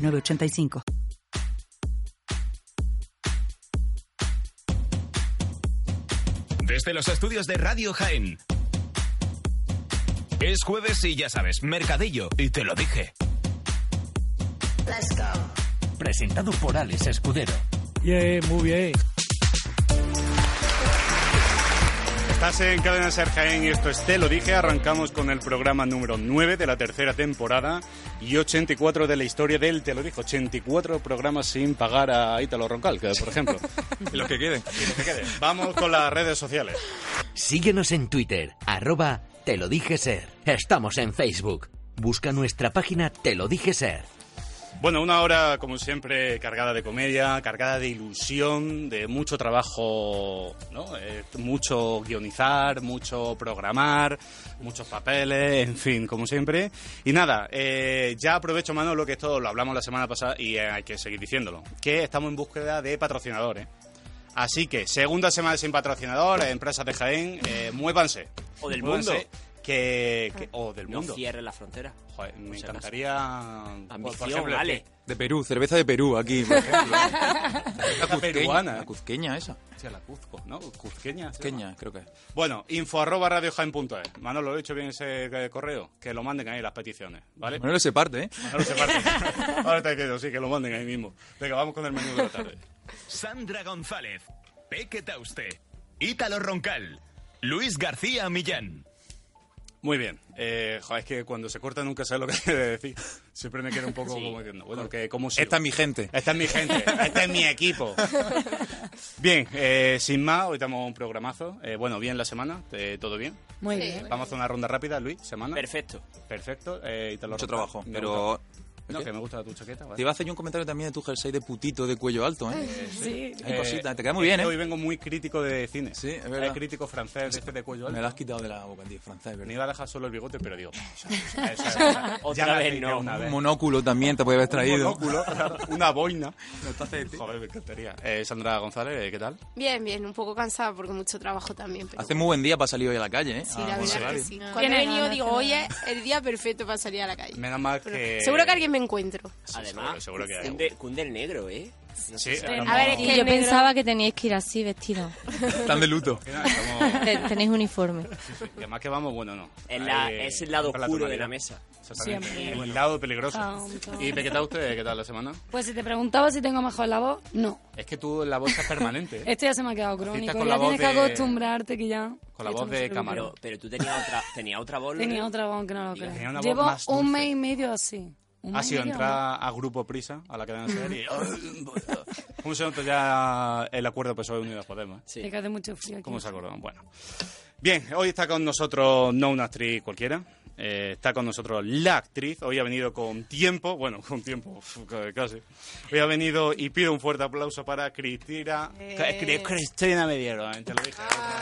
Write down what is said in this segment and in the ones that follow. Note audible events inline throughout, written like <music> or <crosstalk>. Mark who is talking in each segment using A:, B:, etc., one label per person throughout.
A: 985.
B: Desde los estudios de Radio Jaén. Es jueves y ya sabes, mercadillo, y te lo dije.
C: Let's go. Presentado por Alex Escudero.
D: Yeah, muy bien.
E: Estás en Cadena Ser Jaén y esto es Te lo dije. Arrancamos con el programa número 9 de la tercera temporada y 84 de la historia del Te lo dije. 84 programas sin pagar a Ítalo Roncal, por ejemplo.
F: y los que queden.
E: Y los que queden. Vamos con las redes sociales.
C: Síguenos en Twitter, arroba Te lo dije ser. Estamos en Facebook. Busca nuestra página Te lo dije ser.
E: Bueno, una hora, como siempre, cargada de comedia, cargada de ilusión, de mucho trabajo, ¿no? Eh, mucho guionizar, mucho programar, muchos papeles, en fin, como siempre. Y nada, eh, ya aprovecho, Manolo, que esto lo hablamos la semana pasada y eh, hay que seguir diciéndolo, que estamos en búsqueda de patrocinadores. Así que, segunda semana sin patrocinador, empresas de Jaén, eh, muévanse.
G: O del mundo. Ah.
E: Muévanse, que, que- o del
G: No
E: mundo.
G: cierres la frontera.
E: Joder, me
G: Por si
E: encantaría. por- por
G: Ambición,
E: ejemplo,
G: vale.
F: De Perú, cerveza de Perú <laughs> aquí, por ejemplo. La
E: Cerveza
F: cuzqueña,
E: peruana.
F: La cuzqueña esa.
E: Hostia, la Cuzco, ¿no? Cuzqueña. se llama.
F: Cuzqueña, creo que es.
E: Bueno, info arroba radiojaen.es. Manolo, ¿lo he hecho bien ese eh, correo? Que lo manden ahí las peticiones, ¿vale?
F: Bueno, se parte, ¿eh?
E: Manolo se parte. Ahora te quedo, sí, que lo manden ahí mismo. Venga, vamos con el menú de la tarde.
B: Sandra González, Peque Tauste, Ítalo Roncal, Luis García Millán.
E: Muy bien. Eh, joder, es que cuando se corta nunca sé lo que <laughs> decir. Siempre me queda un poco como diciendo, bueno, que cómo sigo?
F: Esta es mi gente.
E: Esta es mi gente, este es mi equipo. Bien, eh, sin más, hoy tenemos un programazo. Eh, bueno, bien la semana, eh, todo bien.
H: Muy bien.
E: Vamos a hacer una ronda rápida, Luis, semana.
G: Perfecto.
E: Perfecto. Eh, y te lo
F: Mucho
E: rompo.
F: trabajo,
E: Me gusta.
F: pero...
E: No,
F: ¿Qué?
E: que me gusta tu chaqueta. vale.
F: Te iba a hacer yo un comentario también de tu jersey de putito de cuello alto, ¿eh?
H: Sí.
F: Hay
E: Eh,
F: cositas, te queda muy
E: es
F: bien,
E: que Hoy
F: ¿eh?
E: vengo muy crítico de cine.
F: Sí, es
E: Hay
F: verdad.
E: crítico francés de este de cuello
F: Me lo
E: alto.
F: has quitado de la boca, tío, francés,
E: Me
F: ¿verdad?
E: iba a dejar solo el bigote, pero digo...
G: <laughs>
E: esa- esa-
G: Otra
E: ya me
G: vez
E: aceité
G: no.
E: Una,
F: Un
E: vez.
F: monóculo también te puede haber
E: Un
F: traído.
E: monóculo, <laughs> una boina.
F: No te hace-
E: Joder, me encantaría. Eh, Sandra González, eh, ¿qué tal?
I: Bien, bien, un poco cansada porque mucho trabajo también. Pero
F: Hace muy buen día para salir hoy a la calle, ¿eh?
I: Sí,
F: Ah,
I: la
F: bueno,
I: verdad
F: claro.
I: que sí. Cuando he
H: Tiene
I: venido
H: ganas,
I: digo,
H: tiene
I: hoy
H: ganas.
I: es el día perfecto para salir a la calle.
E: Menos mal que...
I: Seguro que alguien me encuentro.
E: Sí,
G: Además,
E: seguro, seguro que hay.
G: cunde, cunde el negro, ¿eh? No
E: Sí,
G: sé.
E: ahora
I: A ver, es
E: no-
I: que-
H: Y yo
I: el negro-
H: pensaba que teníais que ir así vestido.
F: Están de luto.
E: que nada, estamos-
H: Te- Tenéis uniforme.
E: sí, y además que vamos, bueno, no.
G: Es la-
E: Ahí,
G: es el lado
E: con
G: oscuro de
E: tonalidad.
G: la mesa.
E: Exactamente.
H: Siempre.
E: El lado peligroso.
J: Ah,
H: Tonto.
E: ¿Y qué tal usted? ¿Qué tal la semana?
J: Pues si te preguntaba si tengo mejor la voz, no.
E: Es que tú la voz es
J: <laughs>
E: permanente. ¿eh?
J: Esto ya se me ha quedado
E: Artista
J: crónico.
E: con la
J: Ya
E: voz
J: tienes que
E: de-
J: acostumbrarte que ya.
E: Con la
J: Esto no
E: voz de
J: se preocupe.
E: cámara.
G: Pero, pero tú tenías otra, tenía otra voz. ¿no?
J: Tenía otra voz que no lo creo.
E: Tenía una voz
J: Llevo
E: más dulce.
J: un mes y medio así. Un
E: Ha
J: mes y
E: sido
J: medio,
E: entrar a Grupo Prisa, a la cadena ser y... <laughs> ¿Cómo se nota ya el acuerdo PSOE Unidas Podemos? eh?
J: ¿no? Es que hace mucho frío aquí.
E: ¿Cómo se acordó? Bueno. Bien, hoy está con nosotros no una actriz cualquiera. eh, está con nosotros la actriz. Hoy ha venido con tiempo. Bueno, con tiempo, <laughs> uf, ca- casi. Hoy ha venido y pido un fuerte aplauso para Cristina.
I: Eh.
E: Cri- Cristina Mediero, eh, te lo dije.
H: Ah.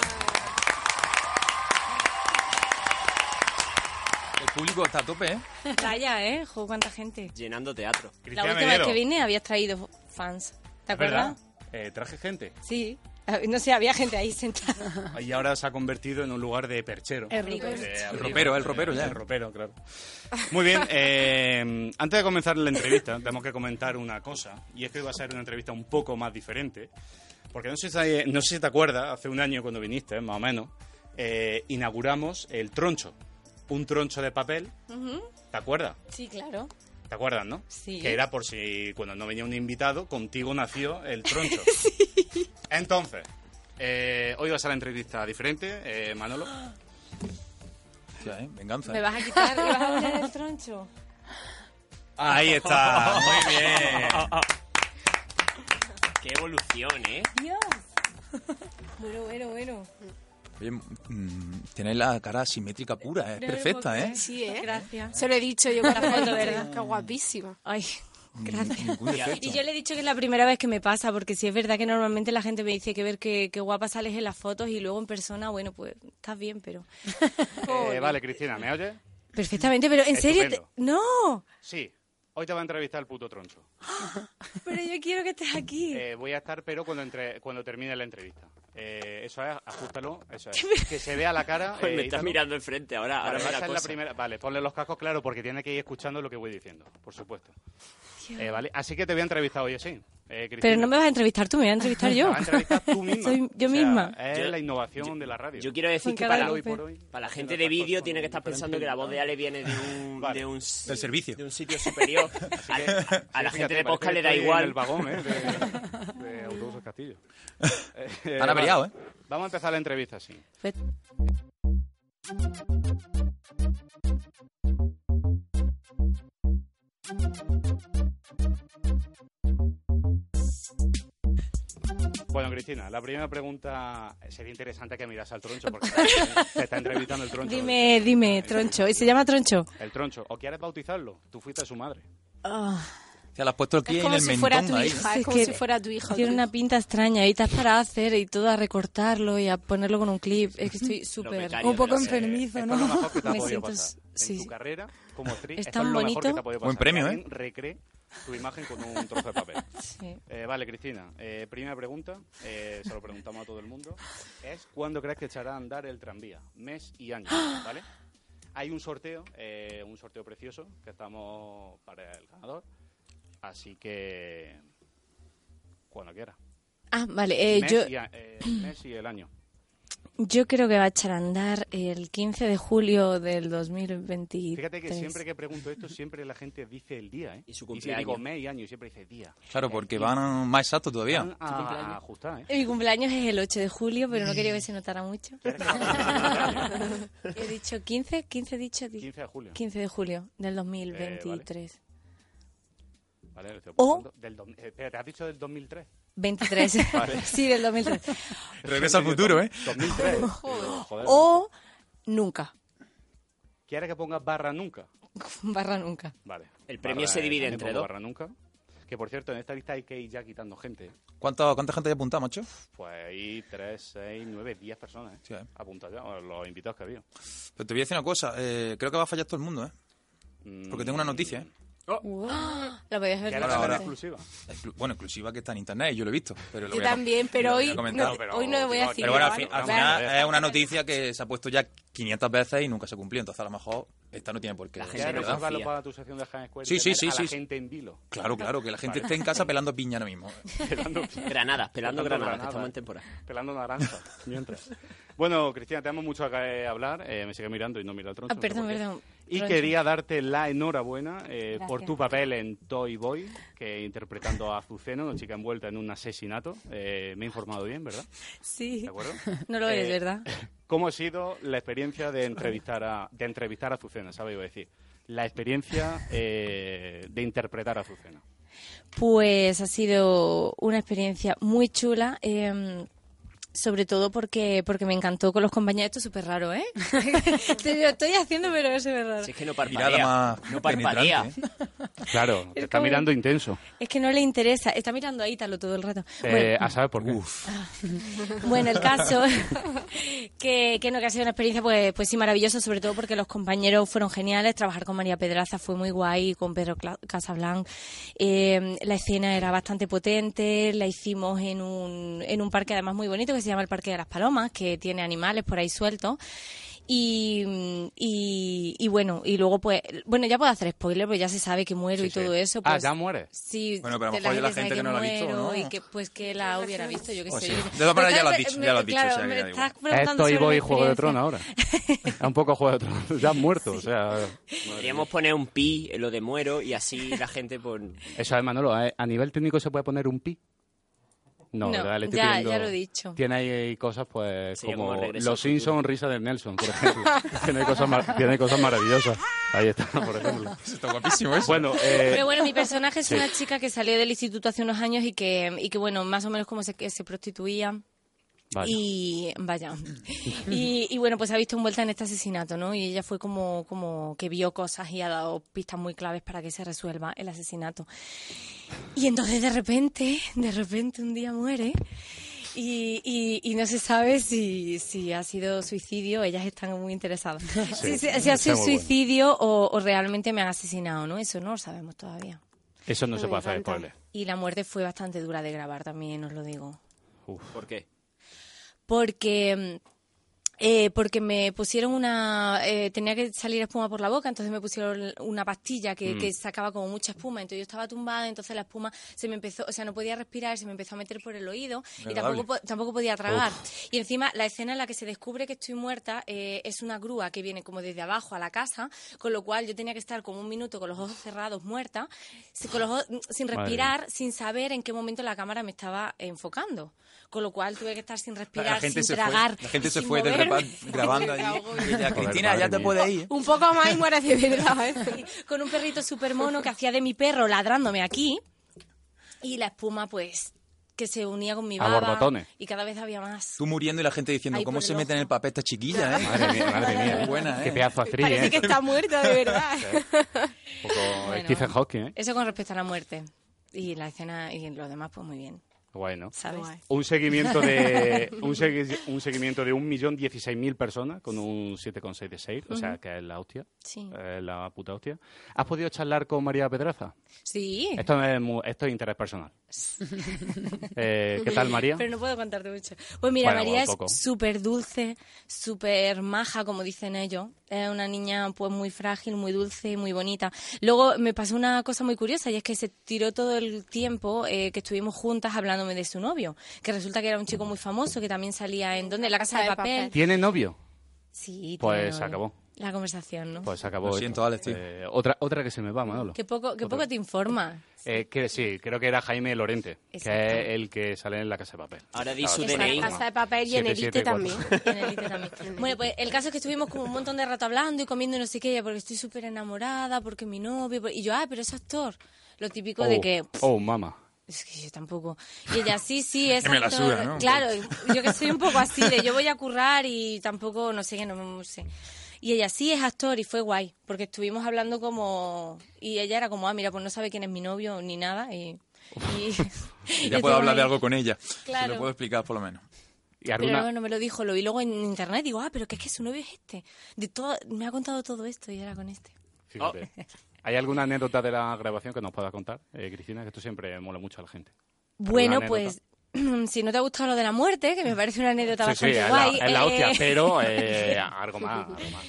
F: El público está a tope, ¿eh?
H: Vaya, ¿eh? Jo, cuánta gente.
G: Llenando teatro.
H: La
E: Cristina
H: última
E: Mediero.
H: vez que vine habías traído fans. ¿Te
E: ¿Verdad?
H: acuerdas?
E: Eh, traje gente.
H: Sí. No sé, había gente
J: <laughs>
H: ahí sentada.
E: Y ahora se ha convertido en un lugar de perchero.
J: Es rico.
E: El
F: ropero, ¿eh? el ropero ya.
E: Eh, El ropero, claro. Muy bien, eh, antes de comenzar la entrevista, tenemos que comentar una cosa, y es que hoy va a ser una entrevista un poco más diferente, porque no sé si, no sé si te acuerdas, hace un año cuando viniste, más o menos, eh, inauguramos el troncho, un troncho de papel, ¿te acuerdas?
H: Sí, claro.
E: ¿Te acuerdas, no?
H: Sí.
E: Que era por si cuando no venía un invitado, contigo nació el troncho. Entonces, eh, hoy va a ser la entrevista diferente, eh, Manolo.
F: Hostia, ¿eh? Venganza.
H: ¿Me vas a quitar y vas a
J: <laughs>
H: poner el troncho?
E: Ahí <laughs> está, muy bien.
G: Qué evolución, ¿eh?
H: Dios. Bueno, bueno, bueno.
F: Oye, mm, tienes la cara simétrica pura, es perfecta, ¿eh?
I: Sí, ¿eh?
H: Gracias.
I: Se lo he dicho yo con
D: <laughs>
I: la
H: La foto,
I: foto,
H: ¿verdad?
I: Que guapísima.
H: Ay, Gracias.
F: Ningún defecto.
H: Y yo le he dicho que es la primera vez que me pasa, porque sí es verdad que normalmente la gente me dice que ver qué, qué guapa sales en las fotos y luego en persona, bueno, pues estás bien, pero...
E: Eh, vale, Cristina, ¿me oyes?
H: Perfectamente, pero en serio... te-
E: Estupendo.
H: No,
E: Sí. Hoy te va a entrevistar el puto troncho.
H: pero yo quiero que estés aquí.
E: Eh, voy a estar, pero cuando entre- cuando termine la entrevista. Eh, eso es, ajustalo. Eso
H: <laughs>
E: es. Que se vea la cara.
G: Ay,
E: eh,
G: Pues me estás
E: Ítalo.
G: mirando enfrente ahora.
E: Vale,
G: Ahora me
E: esa
G: la
E: es la
G: cosa.
E: primera. Vale, ponle los cascos, claro, porque tiene que ir escuchando lo que voy diciendo, por supuesto. Eh, vale, así que te voy a entrevistar hoy, sí. Eh, Cristina.
H: Pero no me vas a entrevistar tú, me vas a
E: <laughs>
H: entrevistar
E: Te
H: yo.
E: vas a entrevistar
H: <laughs>
E: tú misma.
H: Soy yo
E: O sea, eh,
H: misma.
E: Es
G: Yo-
E: la innovación de la radio.
G: Yo quiero decir
H: Con
G: que
H: cara
G: para,
H: de Lupe.
G: para la gente de vídeo tiene que estar pensando que la voz de Ale viene de un,
E: Vale.
G: de un si-
F: Del servicio.
G: de un sitio
F: <laughs>
G: superior. A, a la gente de podcast le da
E: El
G: igual.
E: vagón, ¿eh? De, de Autobuses
G: <laughs>
E: Castillo. Eh,
F: Han averiado, ¿eh?
E: Vamos a empezar la entrevista, sí.
H: Pues-
E: Bueno, Cristina, la primera pregunta sería interesante que miras al troncho,
H: <laughs>
E: porque te está entrevistando el troncho.
H: Dime, dime, troncho. ¿Y se llama troncho?
E: El troncho. ¿O quieres bautizarlo? Tú fuiste a su madre.
H: Ah,
F: O sea, le has puesto el
I: Es
F: pie y en
I: como
F: el
I: si fuera
F: mentón
I: tu
F: ahí.
I: hija,
H: Sí,
I: es como
H: que-
I: si fuera tu hija.
H: tiene una pinta extraña. Ahorita es para hacer y todo a recortarlo y a ponerlo con un clip. Es que estoy súper...
G: becarios.
J: Un poco
G: Pero, eh,
J: enfermizo,
E: Esto
J: ¿no?
E: es lo
J: <laughs>
E: mejor que te ha
H: Me
E: podido
H: siento-
E: pasar.
H: sí.
E: En tu carrera como actriz,
H: Es
E: esto es
H: tan
E: lo mejor que
H: bonito.
E: te ha podido pasar.
F: Buen premio,
E: Que
F: ¿eh?
E: alguien recree tu imagen con un trozo de papel.
H: Sí.
E: Eh, vale, Cristina, eh, primera pregunta, eh, se lo preguntamos a todo el mundo, es ¿cuándo crees que echará a andar el tranvía? Mes y año, ¿vale? Hay un sorteo, eh, un sorteo precioso que estamos para el ganador, así que cuando quiera.
H: Ah, vale. eh,
E: mes,
H: yo,
E: y a- eh, <clears throat> mes y el año.
H: yo creo que va a echar a andar el 15 de julio del 2023.
E: Fíjate que siempre que pregunto esto, siempre la gente dice el día, ¿eh?
G: Y su
E: si digo
G: cumpleaños.
E: mes y año, siempre dice día.
F: Claro, porque van más exactos todavía.
E: Van a ajustar, ¿eh?
H: Mi cumpleaños es el 8 de julio, pero no quería que se notara mucho. <laughs> He dicho 15, 15 he dicho...
E: 15 de julio. Eh,
H: 15 de julio del 2023.
E: Vale, lo estoy
H: O-
E: apuntando. Del dos- eh, espera, ¿te has dicho del 2003? <laughs>
H: 23. <laughs> sí, del 2003.
F: Regresa al futuro, ¿eh?
E: 2003. Digo, joder,
I: Oh.
H: O nunca.
E: ¿Quieres que ponga barra nunca?
H: Barra nunca.
E: Vale.
G: El premio se divide
E: también
G: entre
E: pongo
G: dos.
E: Barra nunca. Que por cierto, en esta lista hay que ir ya quitando gente. ¿eh?
F: ¿Cuánto- ¿Cuánta gente hay apuntada, macho?
E: Pues hay 3, 6, 9, 10 personas. ¿eh?
F: Sí, ¿eh?
E: Apuntadas ya, o los invitados que ha habido.
F: Pero te voy a decir una cosa. eh, creo que va a fallar todo el mundo, ¿eh?
E: Mm,
F: Porque tengo una noticia, ¿eh?
H: <gasps> Lo podías
E: ¿quieres
H: ver.
E: tener
F: ahora.
E: exclusiva?
F: Exclu- Bueno, exclusiva que está en internet, yo lo he visto. Pero lo
I: Yo
F: voy a com-
I: también, pero
F: lo voy
I: hoy
F: a
I: no,
F: comentar.
E: pero-
I: hoy no voy a
E: no,
I: decir
F: Pero bueno, al,
I: nada,
F: fin-
I: ¿no?
F: al
E: Vamos,
F: final eh,
E: vamos.
F: es una noticia que se ha puesto ya 500 veces y nunca se cumplió. Entonces, a lo mejor esta no tiene por qué.
G: La
F: ser
G: gente
E: ¿Quieres
G: no
F: verdad.
G: confía.
E: reservarlo para tu sección de Jaén Square? y
F: Sí, sí,
E: tener
F: sí,
E: a la
F: sí.
E: gente en vilo. <laughs>
F: Claro, claro, que la gente esté en casa pelando piña ahora mismo.
E: Pelando,
G: Granadas, pelando granadas,
E: Pelando
G: que
E: granadas.
G: estamos en temporada.
E: pelando naranja. Mientras. Bueno, Cristina, tenemos mucho que hablar. Eh, me sigue mirando y no mira el tronco.
H: Ah,
E: no sé
H: perdón,
E: por qué.
H: perdón.
E: Y
H: Troncho.
E: quería darte la enhorabuena eh,
H: Gracias.
E: por tu papel en Toy Boy, que interpretando a Azucena, una chica envuelta en un asesinato. Eh, me he informado bien, ¿verdad?
H: Sí.
E: ¿De acuerdo?
H: <laughs> No lo eres,
E: Eh,
H: ¿verdad?
E: <laughs> ¿Cómo ha sido la experiencia de entrevistar a, de entrevistar a Azucena? ¿Sabes? Iba a decir. La experiencia eh, de interpretar a Azucena.
H: Pues ha sido una experiencia muy chula. eh, sobre todo porque, porque me encantó con los compañeros. Esto es súper raro, <laughs> ¿eh? Te lo estoy haciendo, pero es súper raro.
G: Si es que no
F: Mirada
G: parpadea.
F: más
G: No parpadea.
F: penetrante. ¿eh?
H: <laughs>
E: Claro, te está
H: como-
E: mirando intenso.
H: Es que no le interesa. Está mirando a Ítalo todo el rato.
E: Eh, a saber por qué.
H: Bueno, el caso <laughs> que, que no que ha sido una experiencia pues, pues sí maravillosa, sobre todo porque los compañeros fueron geniales, trabajar con María Pedraza fue muy guay, con Pedro Cla- Casablanc. Eh, la escena era bastante potente, la hicimos en un, en un parque además muy bonito que se llama el Parque de las Palomas, que tiene animales por ahí sueltos. Y, y, y bueno, y luego pues, bueno, ya puedo hacer spoiler, pues ya se sabe que muero y
E: Sí, sí.
H: todo eso.
E: Ah,
H: Pues,
E: ya muere.
H: Sí,
F: Bueno, pero a lo
H: de
F: mejor la
H: sabe
F: gente que no la ha visto,
H: muero
F: ¿no?
H: Y que pues que la hubiera visto, yo qué
F: O
H: sé.
F: sí.
H: yo-
F: De todas maneras, ya lo has
H: Pero,
F: dicho,
H: claro,
F: ya lo has dicho,
H: claro,
F: o sea, que
H: me
F: da igual.
H: estás preguntando
E: Estoy
H: sobre
E: Boy
H: mi
E: Juego de
H: experiencia.
E: Tronos ahora. Es un poco Juego de Tronos. Ya han muerto, o sea...
G: Podríamos poner un pi, en lo de muero, y así la gente pues, pon...
E: Eso es, Manolo, ¿eh? ¿a a nivel técnico se puede poner un pi? No,
H: No,
E: ¿verdad? Le estoy
H: ya-
E: pidiendo-
H: ya lo he dicho.
E: Tiene ahí cosas pues
G: Sería
E: como,
G: como Regreso al
E: Los
G: futuro.
E: Simpsons, Risa de Nelson,
H: <laughs>
E: por ejemplo. tiene, cosas mar- tiene cosas maravillosas. Ahí está, por ejemplo.
F: Eso está guapísimo eso.
E: Bueno, eh,
H: Pero
E: <laughs>
H: bueno, mi personaje es una chica que salió del instituto hace unos años y que, y que bueno, más o menos como se, que se prostituía.
E: Vaya.
H: Y
E: <laughs>
H: vaya. Y, y bueno, pues se ha visto envuelta en este asesinato, ¿no? Y ella fue como, como que vio cosas y ha dado pistas muy claves para que se resuelva el asesinato. Y entonces de repente, de repente un día muere. Y, y- y no se sabe si, si ha sido suicidio, ellas están muy interesadas. si, si- si ha
E: está
H: sido
E: muy bueno.
H: suicidio o, o realmente me han asesinado, ¿no? Eso no lo sabemos todavía.
E: Eso no
I: Pero
E: se
I: me
E: puede hacer
I: encanta.
E: spoiler.
H: Y la muerte fue bastante dura de grabar también, os lo digo.
G: ¿Por qué?
H: Porque, mm, eh, porque me pusieron una... eh, tenía que salir espuma por la boca, entonces me pusieron una pastilla que, que sacaba como mucha espuma. Entonces yo estaba tumbada, entonces la espuma se me empezó... O sea, no podía respirar, se me empezó a meter por el oído y tampoco, po- tampoco podía tragar. Y encima la escena en la que se descubre que estoy muerta eh, es una grúa que viene como desde abajo a la casa, con lo cual yo tenía que estar como un minuto con los ojos cerrados, muerta, si- con los ojos- sin
E: Madre
H: respirar, sin saber en qué momento la cámara me estaba enfocando. Con lo cual tuve que estar sin respirar
F: La gente,
H: sin
F: se
H: tragar.
F: fue, la gente se
H: sin
F: fue del
H: moverme. <laughs>
F: reparto grabando
I: Me
F: allí.
I: ahogo.
F: Y ella, Cristina,
E: madre
F: ya te
E: mía.
F: puedes ir.
I: Un poco más y mueres de verdad. ¿eh?
H: Con un perrito super mono que hacía de mi perro ladrándome aquí. Y la espuma, pues, que se unía con mi
E: A
H: baba.
E: borbotones.
H: Y cada vez había más.
F: <laughs> Tú muriendo y la gente diciendo,
H: Ahí
F: ¿cómo
H: por
F: se
H: el
F: mete en
H: ojo.
F: el papel esta chiquilla, eh?
E: Madre mía, madre
F: <laughs>
E: mía. ¿eh?
F: Buena, ¿eh?
E: Qué pedazo de actriz,
I: Parece
E: ¿eh?
I: que está muerta de verdad.
E: Un poco
H: Bueno.
E: Stephen Hawking, ¿eh?
H: Eso con respecto a la muerte. Y la escena y lo demás, pues muy bien.
E: Guay, ¿no?
H: ¿Sabes?
I: Guay.
E: Un seguimiento de un, segui- un seguimiento de 1.016.000 personas con un 7,6 de 6, o sea, que es la hostia,
H: Sí.
E: eh, la puta hostia. ¿Has podido charlar con María Pedraza?
H: Sí.
E: Esto es, mu- esto es interés personal. Eh, ¿Qué tal, María?
H: Pero no puedo contarte mucho. Pues mira,
E: Bueno,
H: María
E: poco.
H: es súper dulce, súper maja, como dicen ellos. Es una niña pues muy frágil, muy dulce y muy bonita. Luego me pasó una cosa muy curiosa y es que se tiró todo el tiempo eh, que estuvimos juntas hablándome de su novio, que resulta que era un chico muy famoso que también salía en ¿dónde? La Casa de Papel.
E: ¿Tiene novio?
H: Sí,
E: Pues
H: tiene
E: se
H: novio.
E: acabó.
H: La conversación, ¿no?
E: Pues se acabó.
F: Lo
E: esto.
F: siento, Alex, tío.
E: Eh, otra, otra que se me va, Manolo.
H: que poco, que poco te informa.
E: Eh, que, sí, creo que era Jaime Lorente, que
H: Exacto.
E: es el que sale en la casa de papel.
G: Ahora di su
I: Está en
G: DNI.
I: la casa de papel y en
E: Siete,
I: el
E: siete,
I: ITE también.
E: cuatro.
H: Y en el Ite también. Bueno, pues el caso es que estuvimos como un montón de rato hablando y comiendo y no sé qué, ella, porque estoy súper enamorada, porque mi novio... por- Y yo, ah, pero es actor. Lo típico de
E: Oh,
H: que... pff,
E: Oh, mama.
H: Es que yo tampoco. Y ella, sí, sí, es
F: Que me la
H: actor.
F: suda, ¿no?
H: Claro, yo que soy un poco así, de yo voy a currar y tampoco, no sé qué, no, no sé. Y ella, sí, es actor y fue guay, porque estuvimos hablando como... Y ella era como, ah, mira, pues no sabe quién es mi novio ni nada y... y-
F: Y
H: y
F: <laughs> Ya puedo hablar
H: estuvimos
F: de algo con ella. Se
H: Claro.
F: lo puedo explicar, por lo menos.
E: Y alguna-
H: pero no, no me lo dijo, lo vi luego en internet y digo, ah, pero que es que su novio es este. De todo, me ha contado todo esto y era con este.
E: Fíjate.
H: <laughs>
E: ¿Hay alguna anécdota de la grabación que nos pueda contar, eh, Cristina? Que esto siempre mola mucho a la gente.
H: Bueno,
E: anécdota?
H: pues <clears throat> si no te ha gustado lo de la muerte, que me parece una anécdota
E: Sí, sí,
H: bastante
E: es la,
H: guay,
E: es la
H: eh,
E: hostia, pero
H: <laughs>
E: eh, algo más. algo más.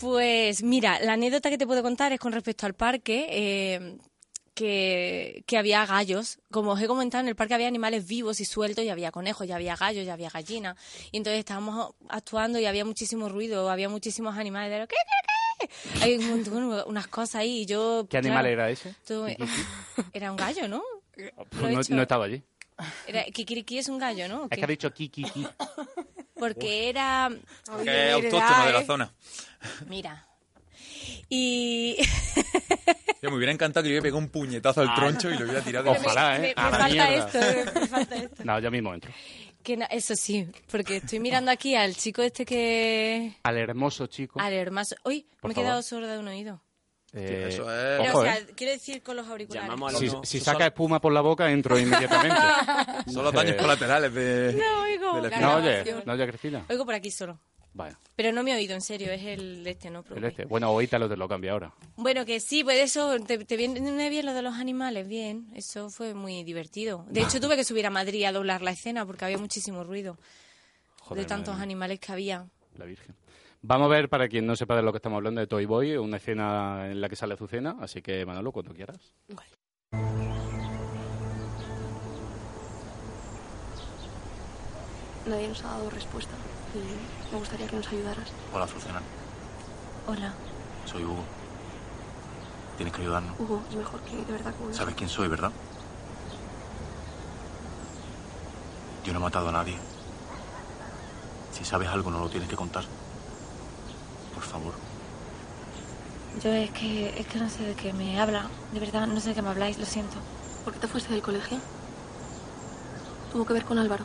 H: Pues mira, la anécdota que te puedo contar es con respecto al parque. eh, que, que había gallos. Como os he comentado, en el parque había animales vivos y sueltos, y había conejos, y había gallos, y había gallinas. Y entonces estábamos actuando y había muchísimo ruido, había muchísimos animales. De los, ¿qué, qué, qué? Hay un montón, <laughs> unas cosas ahí. Y yo,
E: ¿Qué animal era ese?
H: <laughs>
E: Oh, pues
H: Era un gallo, ¿no? Lo he
E: No,
H: hecho.
E: no estaba allí.
H: Era, Kikiriki es un gallo, ¿no? ¿O
E: Es que
H: qué?
E: ha dicho ki, ki, ki.
H: Porque era
I: Ay,
F: Que es
I: de verdad,
F: autóctono de la
I: ¿eh?
F: zona.
H: Mira. Y <laughs>
F: Que me hubiera encantado que yo hubiera pegado un puñetazo al troncho y lo hubiera tirado. de-
E: Ah. Ojalá, ¿eh?
H: me, me
E: A la
H: falta
E: mierda.
H: esto, me falta esto.
E: No, yo mismo entro.
H: Que na- eso sí, porque estoy mirando aquí al chico este que...
E: Al hermoso chico.
H: Al hermoso... Uy,
E: Por
H: me he quedado
E: favor.
H: sorda de un oído.
E: eh,
F: Eso es-
H: Pero,
E: ojo,
H: o sea,
E: ¿eh?
H: quiero decir con los auriculares.
G: Llamamos al
E: Si,
G: uno.
E: si saca espuma por la boca, entro <laughs> inmediatamente.
F: Son los daños colaterales de,
H: No oigo.
F: de la
I: La
E: No,
F: espina.
E: oye, no, oye, Cristina.
H: Oigo por aquí solo.
E: Vale,
H: Pero no me he oído, en serio, es el de este, ¿no?
E: el este. Bueno, hoy te lo, te lo cambia ahora.
H: Bueno, que sí, pues eso, te, te viene bien lo de los animales, bien. Eso fue muy divertido. De hecho, tuve que subir a Madrid a doblar la escena porque había muchísimo ruido
E: Joder,
H: de tantos
E: madre mía.
H: animales que había.
E: La Virgen. Vamos a ver, para quien no sepa de lo que estamos hablando, de Toy Boy, una escena en la que sale Azucena, así que Manolo, cuando quieras.
D: Nadie nos ha dado respuesta y me gustaría que nos ayudaras.
K: Hola, Azucena.
D: Hola,
K: Soy Hugo. Tienes que ayudarnos.
D: Hugo, es mejor que de verdad que vuelvas.
K: Sabes quién soy, ¿verdad? Yo no he matado a nadie. Si sabes algo, no lo tienes que contar. Por favor.
D: Yo es que, es que no sé de qué me habla. De verdad, no sé de qué me habláis, lo siento. ¿Por qué te fuiste del colegio? Tuvo que ver con Álvaro.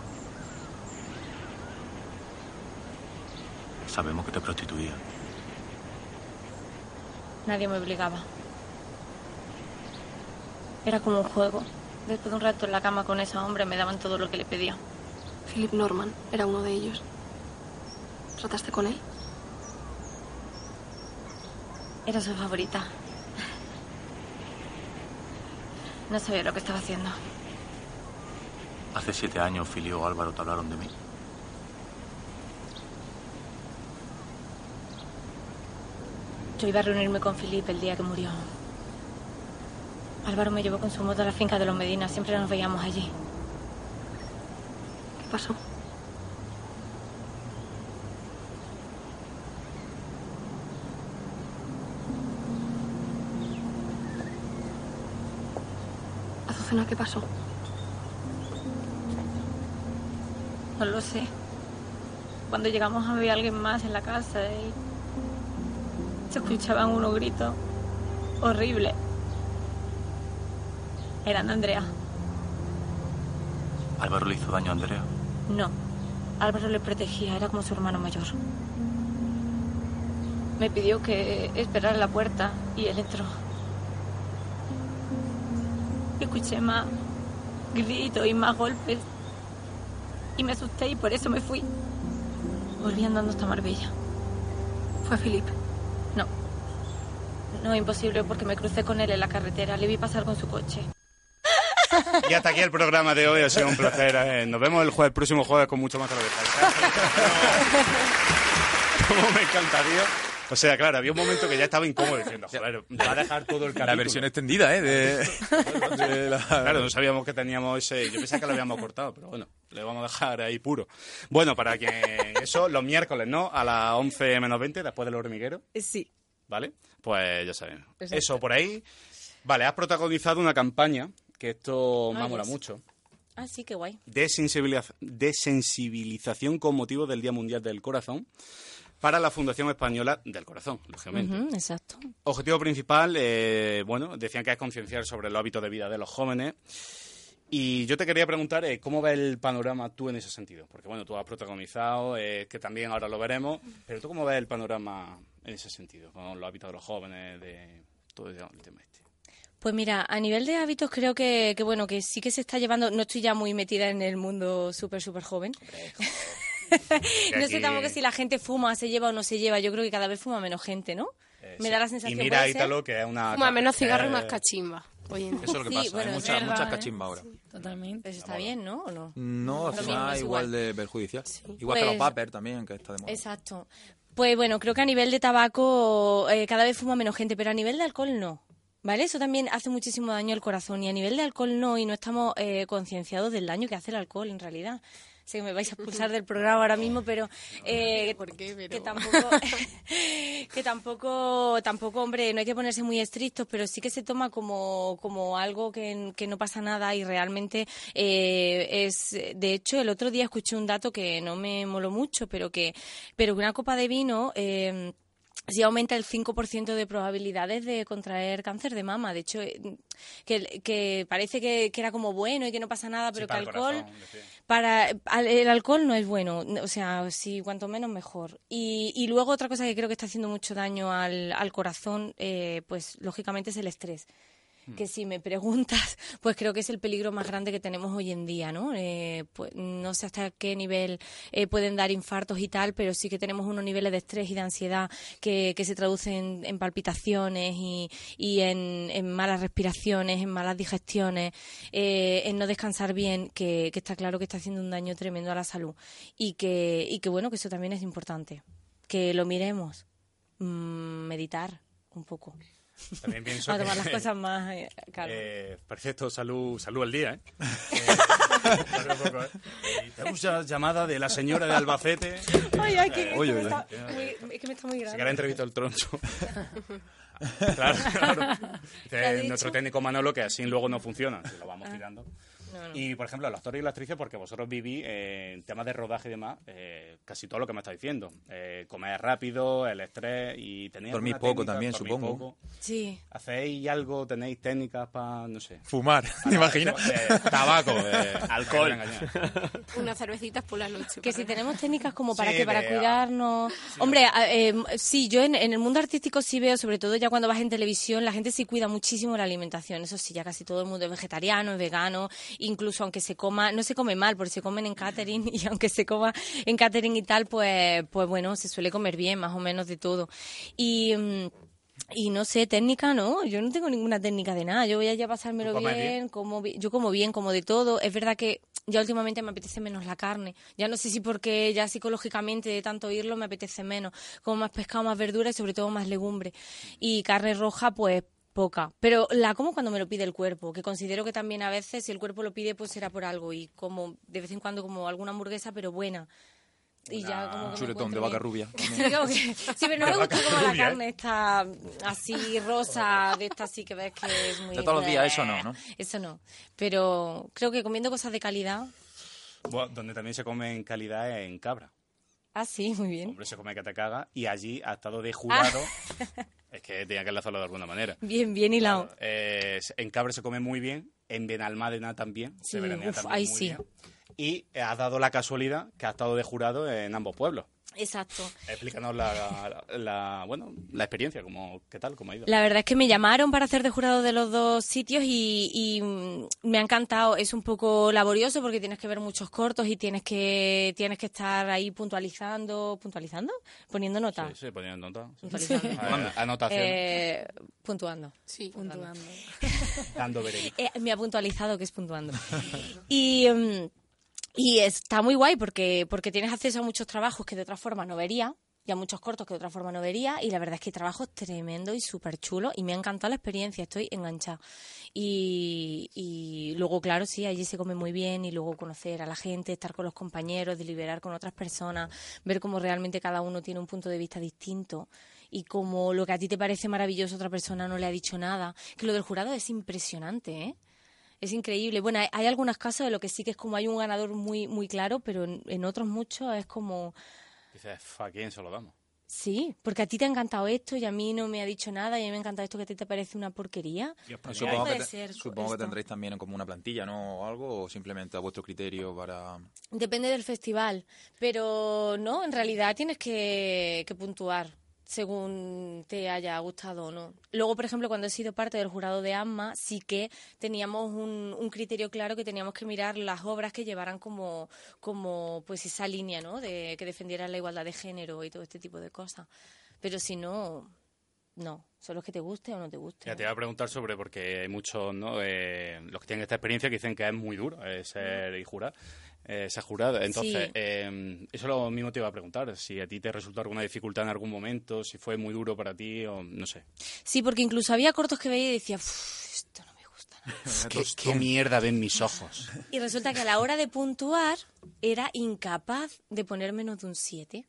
K: Sabemos que te prostituías.
D: Nadie me obligaba. Era como un juego. Después de un rato en la cama con ese hombre me daban todo lo que le pedía.
L: Philip Norman era uno de ellos. ¿Trataste con él?
D: Era su favorita. No sabía lo que estaba haciendo.
K: Hace siete años Filio o Álvaro te hablaron de mí.
D: Yo iba a reunirme con Felipe el día que murió. Álvaro me llevó con su moto a la finca de los Medina. Siempre nos veíamos allí.
L: ¿Qué pasó? Azucena, ¿qué pasó?
D: No lo sé. Cuando llegamos había alguien más en la casa y se escuchaban unos gritos horribles. Eran de Andrea.
K: Álvaro le hizo daño a Andrea.
D: No. Álvaro le protegía, era como su hermano mayor. Me pidió que esperara en la puerta y él entró. Escuché más gritos y más golpes. Y me asusté y por eso me fui. Volví andando hasta Marbella.
L: Fue Philip.
D: No. No, imposible porque me crucé con él en la carretera. Le vi pasar con su coche.
E: Y hasta aquí el programa de hoy. Ha sido un placer. eh. Nos vemos el, jueves, el próximo jueves con mucho más que <laughs> Como me encantaría. O sea, claro, había un momento que ya estaba incómodo diciendo, joder, va a dejar todo el capítulo.
F: La versión extendida, ¿eh?
E: <laughs>
F: De...
E: Claro, no sabíamos que teníamos ese... Yo pensaba que lo habíamos cortado, pero bueno, le vamos a dejar ahí puro. Bueno, para que
F: <laughs>
E: eso, los miércoles, ¿no? A las 11 menos 20, después del hormiguero.
M: Eh, Sí.
E: ¿Vale? Pues ya saben.
M: Exacto.
E: Eso, por ahí. Vale, has protagonizado una campaña, que esto me
H: Ah,
E: ha molado
H: yes.
E: mucho,
H: Ah, sí, qué guay.
E: de, sensibiliz- de sensibilización con motivo del Día Mundial del Corazón para la Fundación Española del Corazón, lógicamente.
H: Ujú, exacto.
E: Objetivo principal, eh, bueno, decían que es concienciar sobre los hábitos de vida de los jóvenes. Y yo te quería preguntar, eh, ¿cómo ves el panorama tú en ese sentido? Porque, bueno, tú has protagonizado, eh, que también ahora lo veremos, pero ¿tú cómo ves el panorama en ese sentido, con los hábitos de los jóvenes, de todo el tema este?
H: Pues mira, a nivel de hábitos creo que, que bueno, que sí que se está llevando, no estoy ya muy metida en el mundo súper, súper joven. <laughs> no sé
E: aquí-
H: tampoco si la gente fuma, se lleva o no se lleva. Yo creo que cada vez fuma menos gente, ¿no? Me da la sensación.
E: Eh, Y mira a
H: ¿puede ser?
E: Ítalo, que es una...
I: Fuma menos cigarro
E: cigarros
I: y más cachimba. Hoy en día.
F: Eso es lo que
H: Sí,
F: pasa.
H: bueno,
F: hay
H: es
F: muchas,
H: verdad,
F: muchas
H: ¿eh?
F: cachimbas ahora.
H: Totalmente. Eso está bien, ¿no? ¿O no?
F: No, al
H: Lo
F: final
H: mismo, es
F: igual de perjudicial. Igual que
H: Pues-
F: los vapers también, que está de moda.
H: Exacto. Pues bueno, creo que a nivel de tabaco eh, cada vez fuma menos gente, pero a nivel de alcohol no. ¿Vale? Eso también hace muchísimo daño al corazón y a nivel de alcohol no, y no estamos eh, concienciados del daño que hace el alcohol en realidad. Sé que me vais a expulsar del programa ahora mismo, pero, eh, que tampoco, que tampoco, tampoco, hombre, no hay que ponerse muy estrictos, pero sí que se toma como, como algo que, que no pasa nada y realmente eh, es, de hecho, el otro día escuché un dato que no me moló mucho, pero que, pero que una copa de vino eh, sí aumenta el 5% de probabilidades de contraer cáncer de mama. De hecho, eh, que, el- que parece que, que era como bueno y que no pasa nada, pero que alcohol para al- el alcohol no es bueno, o sea, sí, cuanto menos mejor. Y, y luego otra cosa que creo que está haciendo mucho daño al, al corazón, eh, pues lógicamente es el estrés.
E: Mm.
H: Que si me preguntas, <laughs> pues creo que es el peligro más grande que tenemos hoy en día, ¿no? Eh, pues no sé hasta qué nivel eh, pueden dar infartos y tal, pero sí que tenemos unos niveles de estrés y de ansiedad que, que se traducen en palpitaciones y, y en, en malas respiraciones, en malas digestiones, eh, en no descansar bien, que, que está claro que está haciendo un daño tremendo a la salud. Y que, y que bueno, que eso también es importante. Que lo miremos. Mm, meditar un poco.
E: También
H: <laughs>
E: pienso
H: a tomar
E: que- <laughs>
H: las cosas más eh, calma.
E: Eh, perfecto, salud, salud
H: <laughs>
E: al día, ¿eh? Eh, poco a poco, ¿eh? Eh, Tenemos ya llamada de la señora de Albacete.
H: Ay, ay, que,
E: Eh,
H: esto
E: oye,
H: me
E: oye.
H: está muy- es que me está muy
E: Se
H: grande.
E: que le ha entrevistado
H: <laughs>
E: el troncho. claro, claro.
H: ¿Qué ha
E: Dice
H: dicho?
E: nuestro técnico Manolo que así luego no funciona. Se lo vamos tirando.
H: Ah. No, no.
E: Y, por ejemplo, los actores y las actrices, porque vosotros vivís eh, en temas de rodaje y demás, eh, casi todo lo que me estáis diciendo. Eh, comer rápido, el estrés y tenéis...
F: Dormir
E: alguna
F: poco
E: técnica,
F: también,
E: dormir
F: supongo.
E: poco.
H: Sí.
E: ¿Hacéis algo? ¿Tenéis técnicas para, no sé?
F: Fumar, <laughs> ¿te imaginas?
E: Eh, tabaco,
H: <laughs>
E: eh, alcohol.
I: Unas cervecitas por la noche.
H: Que si tenemos técnicas como para
I: Sí,
H: que para
I: de-
H: cuidarnos. Hombre, a- eh, sí, yo en, en el mundo artístico sí veo, sobre todo ya cuando vas en televisión, la gente sí cuida muchísimo la alimentación. Eso sí, ya casi todo el mundo es vegetariano, es vegano, incluso aunque se coma, no se come mal, porque se comen en catering <laughs> y aunque se coma en catering y tal, pues, pues bueno, se suele comer bien, más o menos de todo. Y. mm, y no sé, técnica no, yo no tengo ninguna técnica de nada, yo voy allá a pasármelo
M: ¿Tú comes
H: bien,
M: bien?
H: como bi- yo como bien, como de todo. Es verdad que ya últimamente me apetece menos la carne, ya no sé si porque ya psicológicamente de tanto oírlo me apetece menos, como más pescado, más verdura y sobre todo más legumbre. Y carne roja pues poca, pero la como cuando me lo pide el cuerpo, que considero que también a veces si el cuerpo lo pide pues será por algo y como de vez en cuando como alguna hamburguesa pero buena. Y ya como que me
F: Chuletón de
H: encuentro
F: vaca
H: bien. <laughs>
F: rubia.
H: Digo
F: <laughs>
H: que- sí, pero no me gusta como la carne está así rosa, de esta así que ves que es muy... pues,
F: De todos los días, eso no, ¿no?
H: Eso no. Pero creo que comiendo cosas de calidad...
E: Bueno, donde también se come en calidad es en Cabra.
H: Ah, sí, Ah. muy bien.
E: Hombre, se come que te caga. Y allí ha estado de
H: <laughs>
E: jurado. Es que tenía que enlazarlo de alguna manera.
H: Bien, bien hilado.
E: Eh, en Cabra se come muy bien, en Benalmádena también,
H: Sí,
E: se veranea
H: uf,
E: también
H: ahí
E: muy
H: sí.
E: bien. Y eh, has dado la casualidad que ha estado de jurado en ambos pueblos.
H: Exacto.
E: Explícanos la, la- la- bueno, la experiencia, como, ¿qué tal? ¿Cómo ha ido?
H: La verdad es que me llamaron para hacer de jurado de los dos sitios y, y, mm, me ha encantado. Es un poco laborioso porque tienes que ver muchos cortos y tienes que tienes que estar ahí puntualizando, puntualizando, poniendo nota.
E: Sí, sí, ponía en nota. sí. <laughs>
H: Puntualizando.
E: Ah, Anotación.
H: Eh, puntuando. Sí, puntuando.
E: Dando veredicto.
H: Eh, me ha puntualizado que es puntuando. <laughs> Y, mm, y está muy guay porque, porque tienes acceso a muchos trabajos que de otra forma no vería y a muchos cortos que de otra forma no vería y la verdad es que hay trabajos tremendo y súper chulos y me ha encantado la experiencia, estoy enganchada. Y, y luego, claro, sí, allí se come muy bien y luego conocer a la gente, estar con los compañeros, deliberar con otras personas, ver cómo realmente cada uno tiene un punto de vista distinto y cómo lo que a ti te parece maravilloso a otra persona no le ha dicho nada. Que lo del jurado es impresionante, ¿eh? Es increíble. Bueno, hay, hay algunos casos de lo que sí que es como hay un ganador muy, muy claro, pero en, en otros muchos es como,
E: Dices, "Fa, ¿a quién se lo damos?
H: sí, porque a ti te ha encantado esto y a mí no me ha dicho nada y a mí me ha encantado esto que a ti te parece una porquería.
F: Pues
H: ¿Cómo
F: Supongo, que,
H: puede
F: te-
H: ser
F: supongo que
H: esto?
F: tendréis también como una plantilla, ¿no? O algo, o simplemente a vuestro criterio para...
H: Depende del festival, pero no, en realidad tienes que, que puntuar según te haya gustado o no. Luego, por ejemplo, cuando he sido parte del jurado de AMMA, sí que teníamos un, un criterio claro que teníamos que mirar las obras que llevaran como, como pues esa línea, ¿no? De que defendieran la igualdad de género y todo este tipo de cosas. Pero si no, no. Son los que te guste o no te guste.
E: Ya te iba a preguntar sobre, porque hay muchos, ¿no? Eh, los que tienen esta experiencia que dicen que es muy duro eh, ser y jurar, eh, ser jurado. Entonces,
F: Sí.
E: eh, eso lo mismo te iba a preguntar, si a ti te resultó alguna dificultad en algún momento, si fue muy duro para ti o no sé.
H: Sí, porque incluso había cortos que veía y decía, "Uf, esto no
E: ¿Qué, qué mierda ven mis ojos?
H: Y resulta que a la hora de puntuar era incapaz de poner menos de un 7.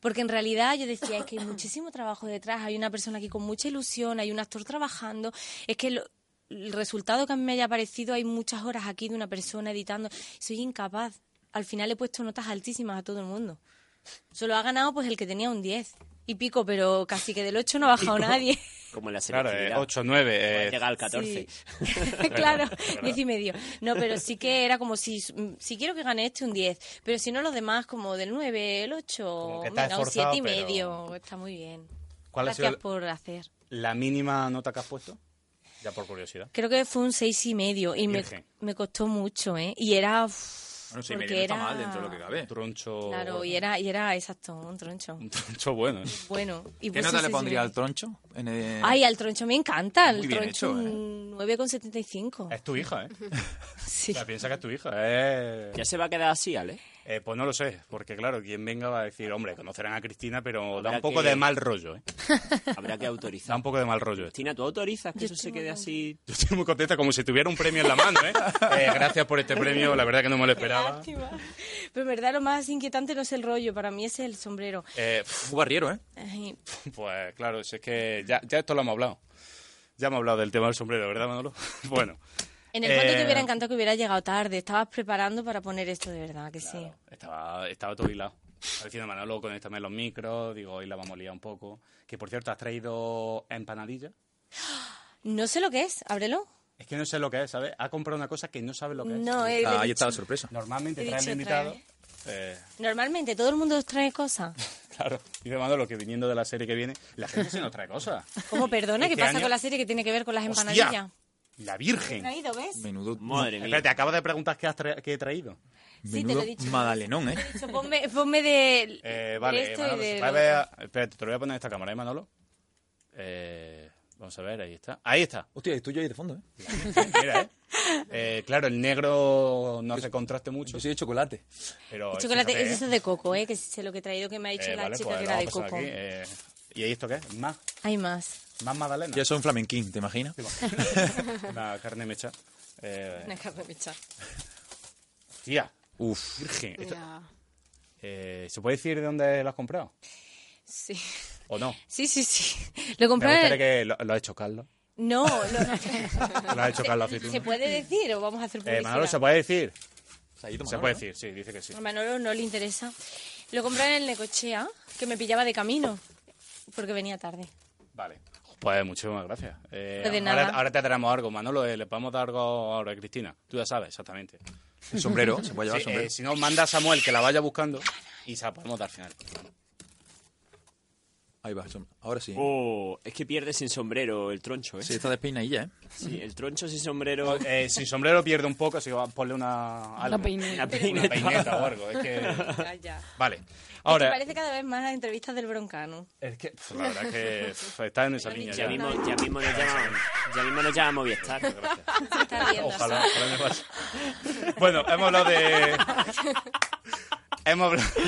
H: Porque en realidad yo decía, es que hay muchísimo trabajo detrás, hay una persona aquí con mucha ilusión, hay un actor trabajando, es que lo- el resultado que a mí me haya parecido, hay muchas horas aquí de una persona editando, soy incapaz. Al final he puesto notas altísimas a todo el mundo. Solo ha ganado pues el que tenía un 10 y pico, pero casi que del 8 no ha bajado nadie.
G: Como en la
E: Claro,
G: selectividad.
E: eh, 8, 9.
G: Llega al 14.
H: <laughs> claro, diez y medio. No, pero sí que era como si, si quiero que gane este un 10, pero si no los demás como del 9, el 8,
E: que está
H: venga, un
E: esforzado,
H: 7 y
E: pero-
H: medio, está muy bien.
E: ¿Cuál ha
H: Gracias
E: sido el-
H: por hacer.
E: ¿La mínima nota que has puesto? Ya por curiosidad.
H: Creo que fue un seis y medio y me,
E: Virgen.
H: me costó mucho, ¿eh? Y era... uf,
E: Bueno,
H: seis y medio Porque no está era- mal dentro de lo que
E: cabe. Troncho,
H: Claro, y era, y era exacto, un troncho. <laughs>
E: troncho bueno. ¿eh?
H: Bueno, y
F: ¿Qué
H: pues
F: nota
H: sí,
F: le
H: sí,
F: pondría
H: sí.
F: al troncho? En el-
H: Ay, al troncho me encanta, el
F: Muy bien
H: troncho
F: hecho, ¿eh?
H: un 9,75.
E: Es tu hija, ¿eh?
H: Sí.
E: O sea, piensa que es tu hija. Eh...
G: ¿Ya se va a quedar así, Ale?
E: pues no lo sé, porque claro, quien venga va a decir, hombre, conocerán a Cristina, pero da
G: Habrá
E: un poco
G: que-
E: de mal rollo, ¿eh?
G: Habrá que autorizar.
F: <laughs>
E: Da un poco de mal rollo. esto.
G: Cristina, ¿tú autorizas que eso se quede así?
E: Yo estoy muy contenta, como si tuviera un premio en la mano, ¿eh? <laughs> Eh, gracias por este premio, la verdad que no me lo esperaba.
H: Lástima. Pero en verdad lo más inquietante no es el rollo, para mí es el sombrero.
E: Eh,
F: Muy barriero, ¿eh?
H: Ay,
E: Pues claro, si es que ya, ya esto lo hemos hablado. Ya hemos hablado del tema del sombrero, ¿verdad, Manolo? <laughs> Bueno,
H: En el fondo
E: Eh,
H: te hubiera encantado que hubiera llegado tarde. Estabas preparando para poner esto de verdad, que sí.
E: Estaba, estaba todo hilado. Estaba diciendo Manolo, conéctame los micros. Digo, hoy la vamos a liar un poco. Que por cierto, has traído empanadilla.
H: No sé lo que es, ábrelo.
E: Es que no sé lo que es, ¿sabes? Ha comprado una cosa que no sabe lo que es.
H: No, he- Ah, ahí he está
E: estaba
H: la
E: sorpresa. Normalmente
H: He
E: trae el
H: dicho,
E: invitado.
H: trae.
E: eh,
H: Normalmente todo el mundo os trae cosas.
E: claro, dice Manolo que viniendo de la serie que viene, la gente se nos trae cosas.
H: ¿Cómo perdona? ¿Qué
E: Este
H: pasa
E: año-
H: con la serie que tiene que ver con las
E: Hostia.
H: empanadillas?
E: La Virgen.
H: Traído, ¿ves?
F: Menudo.
E: Madre mía. Espérate, acabas de preguntar qué, has tra- qué he traído.
H: Sí, te lo he dicho.
F: Madalenón, ¿eh?
H: Dicho, Ponme, ponme de,
E: Eh,
H: de
E: vale, eh,
H: esto
E: Manolo,
H: y
E: se
H: este de...
E: puede ver- Espérate, te lo voy a poner en esta cámara, ¿eh, Manolo? Eh, vamos a ver, ahí está. Ahí está.
F: Hostia, estoy yo ahí de fondo, ¿eh?
H: <laughs>
E: Mira, ¿eh? Eh, claro, el negro no hace contraste mucho. Yo
F: soy de chocolate.
E: Pero
H: El chocolate,
E: fíjate,
H: es
E: ¿eh?
H: eso de coco, ¿eh? Que sé lo que he traído que me ha dicho
E: Eh,
H: la
E: vale,
H: chica
E: pues
H: que
E: lo
H: era de
E: vamos a
H: coco.
E: pasar aquí, eh, ¿Y esto qué es? Más,
H: Hay más.
E: más magdalena.
F: Ya son flamenquín, ¿te imaginas? <laughs>
E: Una carne mecha. Eh,
H: Una carne mecha.
E: tía.
F: Uf.
E: Virgen. esto- eh, ¿Se puede decir de dónde lo has comprado?
H: Sí.
E: ¿O no?
H: Sí, sí, sí. <laughs> Lo
E: Me gustaría
H: compré...
E: que lo, lo ha hecho Carlos.
H: No,
E: <laughs> Lo ha hecho Carlos
H: lo...
E: Aceituno.
H: ¿Se puede decir o vamos a hacer
E: Eh,
H: publicidad?
E: Manolo, ¿se puede decir? Se,
F: Manolo,
E: puede
F: ¿no?
E: decir, sí, dice que sí.
H: A Manolo no le interesa. Lo compré en el Necochea, que me pillaba de camino, porque venía tarde.
E: Vale. Pues muchísimas gracias. Eh,
H: Pues de
E: ahora,
H: nada.
E: ahora te traemos algo, Manolo. eh, le podemos dar algo ahora a Cristina. Tú ya sabes, exactamente.
F: El <laughs> sombrero, se puede llevar
E: Sí,
F: sombrero.
E: eh, si no, manda a Samuel que la vaya buscando y se la podemos dar al final.
F: Ahí va, som- ahora sí.
G: Oh, es que pierde sin sombrero el troncho, ¿eh?
F: Sí, está despeinadilla, ¿eh?
G: Sí, el troncho sin sombrero.
E: Eh, sin sombrero pierde un poco, así que va, ponle una... algo.
H: peineta.
E: Una peineta. o algo. Es que... Vale.
H: Es
E: Ahora,
H: que parece cada vez más las entrevistas del Broncano.
E: es que, pf, la verdad es que pf, está en esa línea.
G: Ya mismo, ya mismo nos llama, ya mismo nos llama Movistar. <laughs>
E: Ojalá, ojalá me pase. Bueno, hemos hablado de. hemos hablado. <laughs>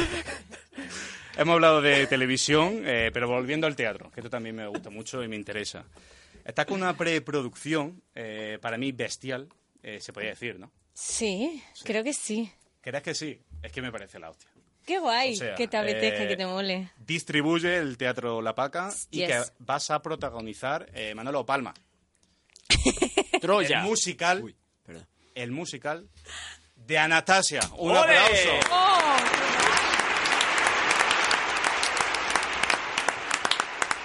E: hemos hablado de televisión, eh, pero volviendo al teatro, que esto también me gusta mucho y me interesa. Está con una preproducción, eh, para mí bestial, eh, se podría decir, ¿no?
H: Sí, creo que sí.
E: ¿Crees que sí? Es que me parece la hostia.
H: Qué guay,
E: O sea,
H: que te apetezca,
E: eh,
H: que te mole.
E: Distribuye el Teatro La Paca y
H: Yes.
E: que vas a protagonizar eh,
H: <laughs>
E: Manolo Palma.
G: Troya.
E: El musical.
G: perdón.
E: El musical de Anastasia. Un
G: ¡Ole!
E: aplauso.
H: ¡Oh!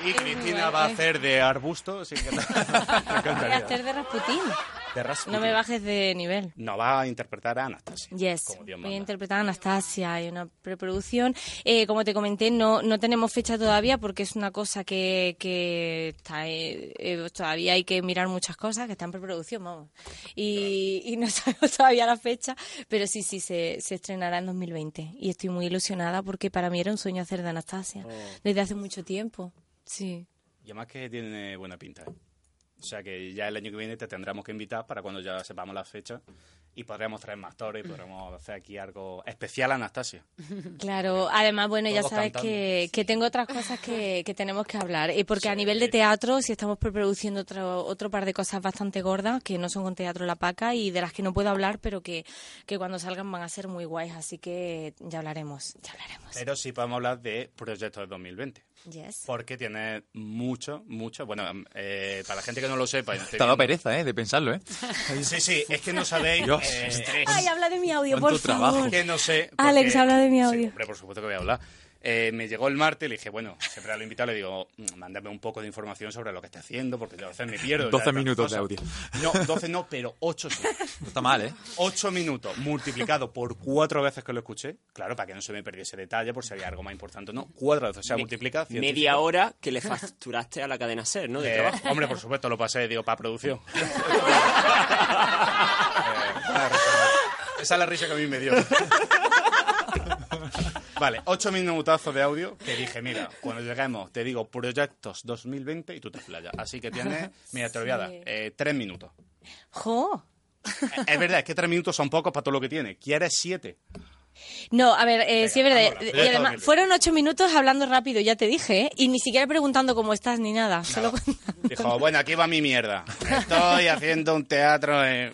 E: Y Cristina
H: guay,
E: va a
H: eh.
E: hacer de arbusto. Sin
H: <laughs>
E: que... <laughs> Me
H: Voy
E: encantaría.
H: a hacer de Rasputín.
E: De Rasputin.
H: No me bajes de nivel.
E: No va a interpretar a Anastasia.
H: Yes,
E: Como Dios
H: voy a
E: manda.
H: interpretar a Anastasia, hay una preproducción. Eh, como te comenté, no, no tenemos fecha todavía porque es una cosa que, que está, eh, eh, todavía hay que mirar muchas cosas que están en preproducción, vamos. Y, y no <laughs> sabemos todavía la fecha, pero sí, sí, se, se estrenará en 2020. Y estoy muy ilusionada porque para mí era un sueño hacer de Anastasia
E: Oh.
H: desde hace mucho tiempo. Sí.
E: Y además que tiene buena pinta. ¿eh? O sea que ya el año que viene te tendremos que invitar para cuando ya sepamos la fecha y podremos traer más toros y podremos hacer aquí algo especial a Anastasia.
H: Claro, además, bueno, ya
E: Todos
H: sabes que, que tengo otras cosas que, que tenemos que hablar. Y porque a nivel de teatro, sí estamos preproduciendo otro, otro par de cosas bastante gordas que no son con Teatro La Paca y de las que no puedo hablar, pero que, que cuando salgan van a ser muy guays. Así que ya hablaremos, ya hablaremos.
E: Pero sí podemos hablar de proyectos de 2020.
H: Yes.
E: Porque tiene mucho, mucho. Bueno, eh, para la gente que no lo sepa.
F: Te ha dado pereza, ¿eh? De pensarlo, ¿eh?
E: Sí, sí, es que no sabéis.
F: Dios.
E: eh,
H: Ay, habla de mi audio, por
E: ¿Cuánto
H: favor.
E: Que no sé.
H: Alex,
E: porque-
H: habla de mi
E: Sí,
H: audio.
E: hombre, por supuesto que voy a hablar. Eh, me llegó el martes, le dije, bueno, siempre al invitado le digo, "Mm, mándame un poco de información sobre lo que está haciendo, porque yo a veces me pierdo. ya
F: 12
E: estas
F: minutos de
E: cosas".
F: audio.
E: No, 12 no, pero 8 sí.
F: No está mal, ¿eh?
E: 8 minutos multiplicado por cuatro veces que lo escuché. Claro, para que no se me perdiese detalle, por si había algo más importante o no. Cuatro veces, o sea,
G: Me-
E: multiplica.
G: Media hora que le facturaste a la cadena SER, ¿no? De
E: Eh,
G: trabajo.
E: hombre, por supuesto, lo pasé, digo, para producción. Eh, Esa es la risa que a mí me dio. Vale, ocho minutazos de audio que dije, mira, cuando lleguemos te digo proyectos 2020 y tú te flayas. Así que tienes, mira, te lo voy a dar,
H: Sí.
E: eh, tres minutos.
H: Jo.
E: Eh, Es verdad, es que tres minutos son pocos para todo lo que tiene. ¿Quieres siete?
H: No, a ver, eh, sí es verdad.
E: vámonos,
H: Y
E: ya está
H: además,
E: bien.
H: fueron ocho minutos hablando rápido, ya te dije, ¿eh? Y ni siquiera preguntando cómo estás ni nada. Solo
E: Dijo, bueno, aquí va mi mierda. Estoy haciendo un teatro. eh.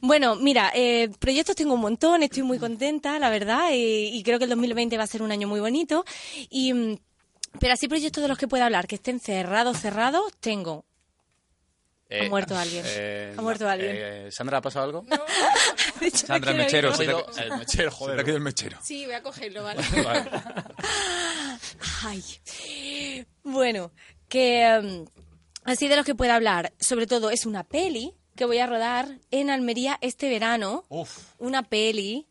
H: Bueno, mira, eh, proyectos tengo un montón, estoy muy contenta, la verdad, eh, y, y creo que el 2020 va a ser un año muy bonito. Y, mm, pero así proyectos de los que pueda hablar, que estén cerrados, cerrados, tengo Ha muerto
E: <laughs>
H: alguien.
E: eh,
H: Ha muerto alguien.
E: eh, ¿Sandra ha
H: <laughs>
E: pasado algo?
F: Sandra, el mechero. se te ha-
E: El mechero, joder.
F: Se te ha caído el mechero.
I: Sí, voy a cogerlo, ¿vale?
E: Vale.
H: Ay. Bueno, que em, así de los que pueda hablar, sobre todo es una peli que voy a rodar en Almería este verano. Una peli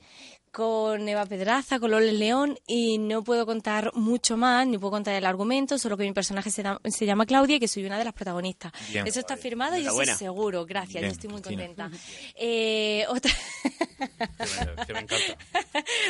H: con Eva Pedraza, con Loles León y no puedo contar mucho más, ni puedo contar el argumento, solo que mi personaje se, da- se llama Claudia y que soy una de las protagonistas.
G: Bien.
H: Eso está firmado y eso
G: Enhorabuena.
H: es seguro, gracias,
G: Bien,
H: yo estoy muy
G: Cristina.
H: contenta. Eh, otra... <laughs>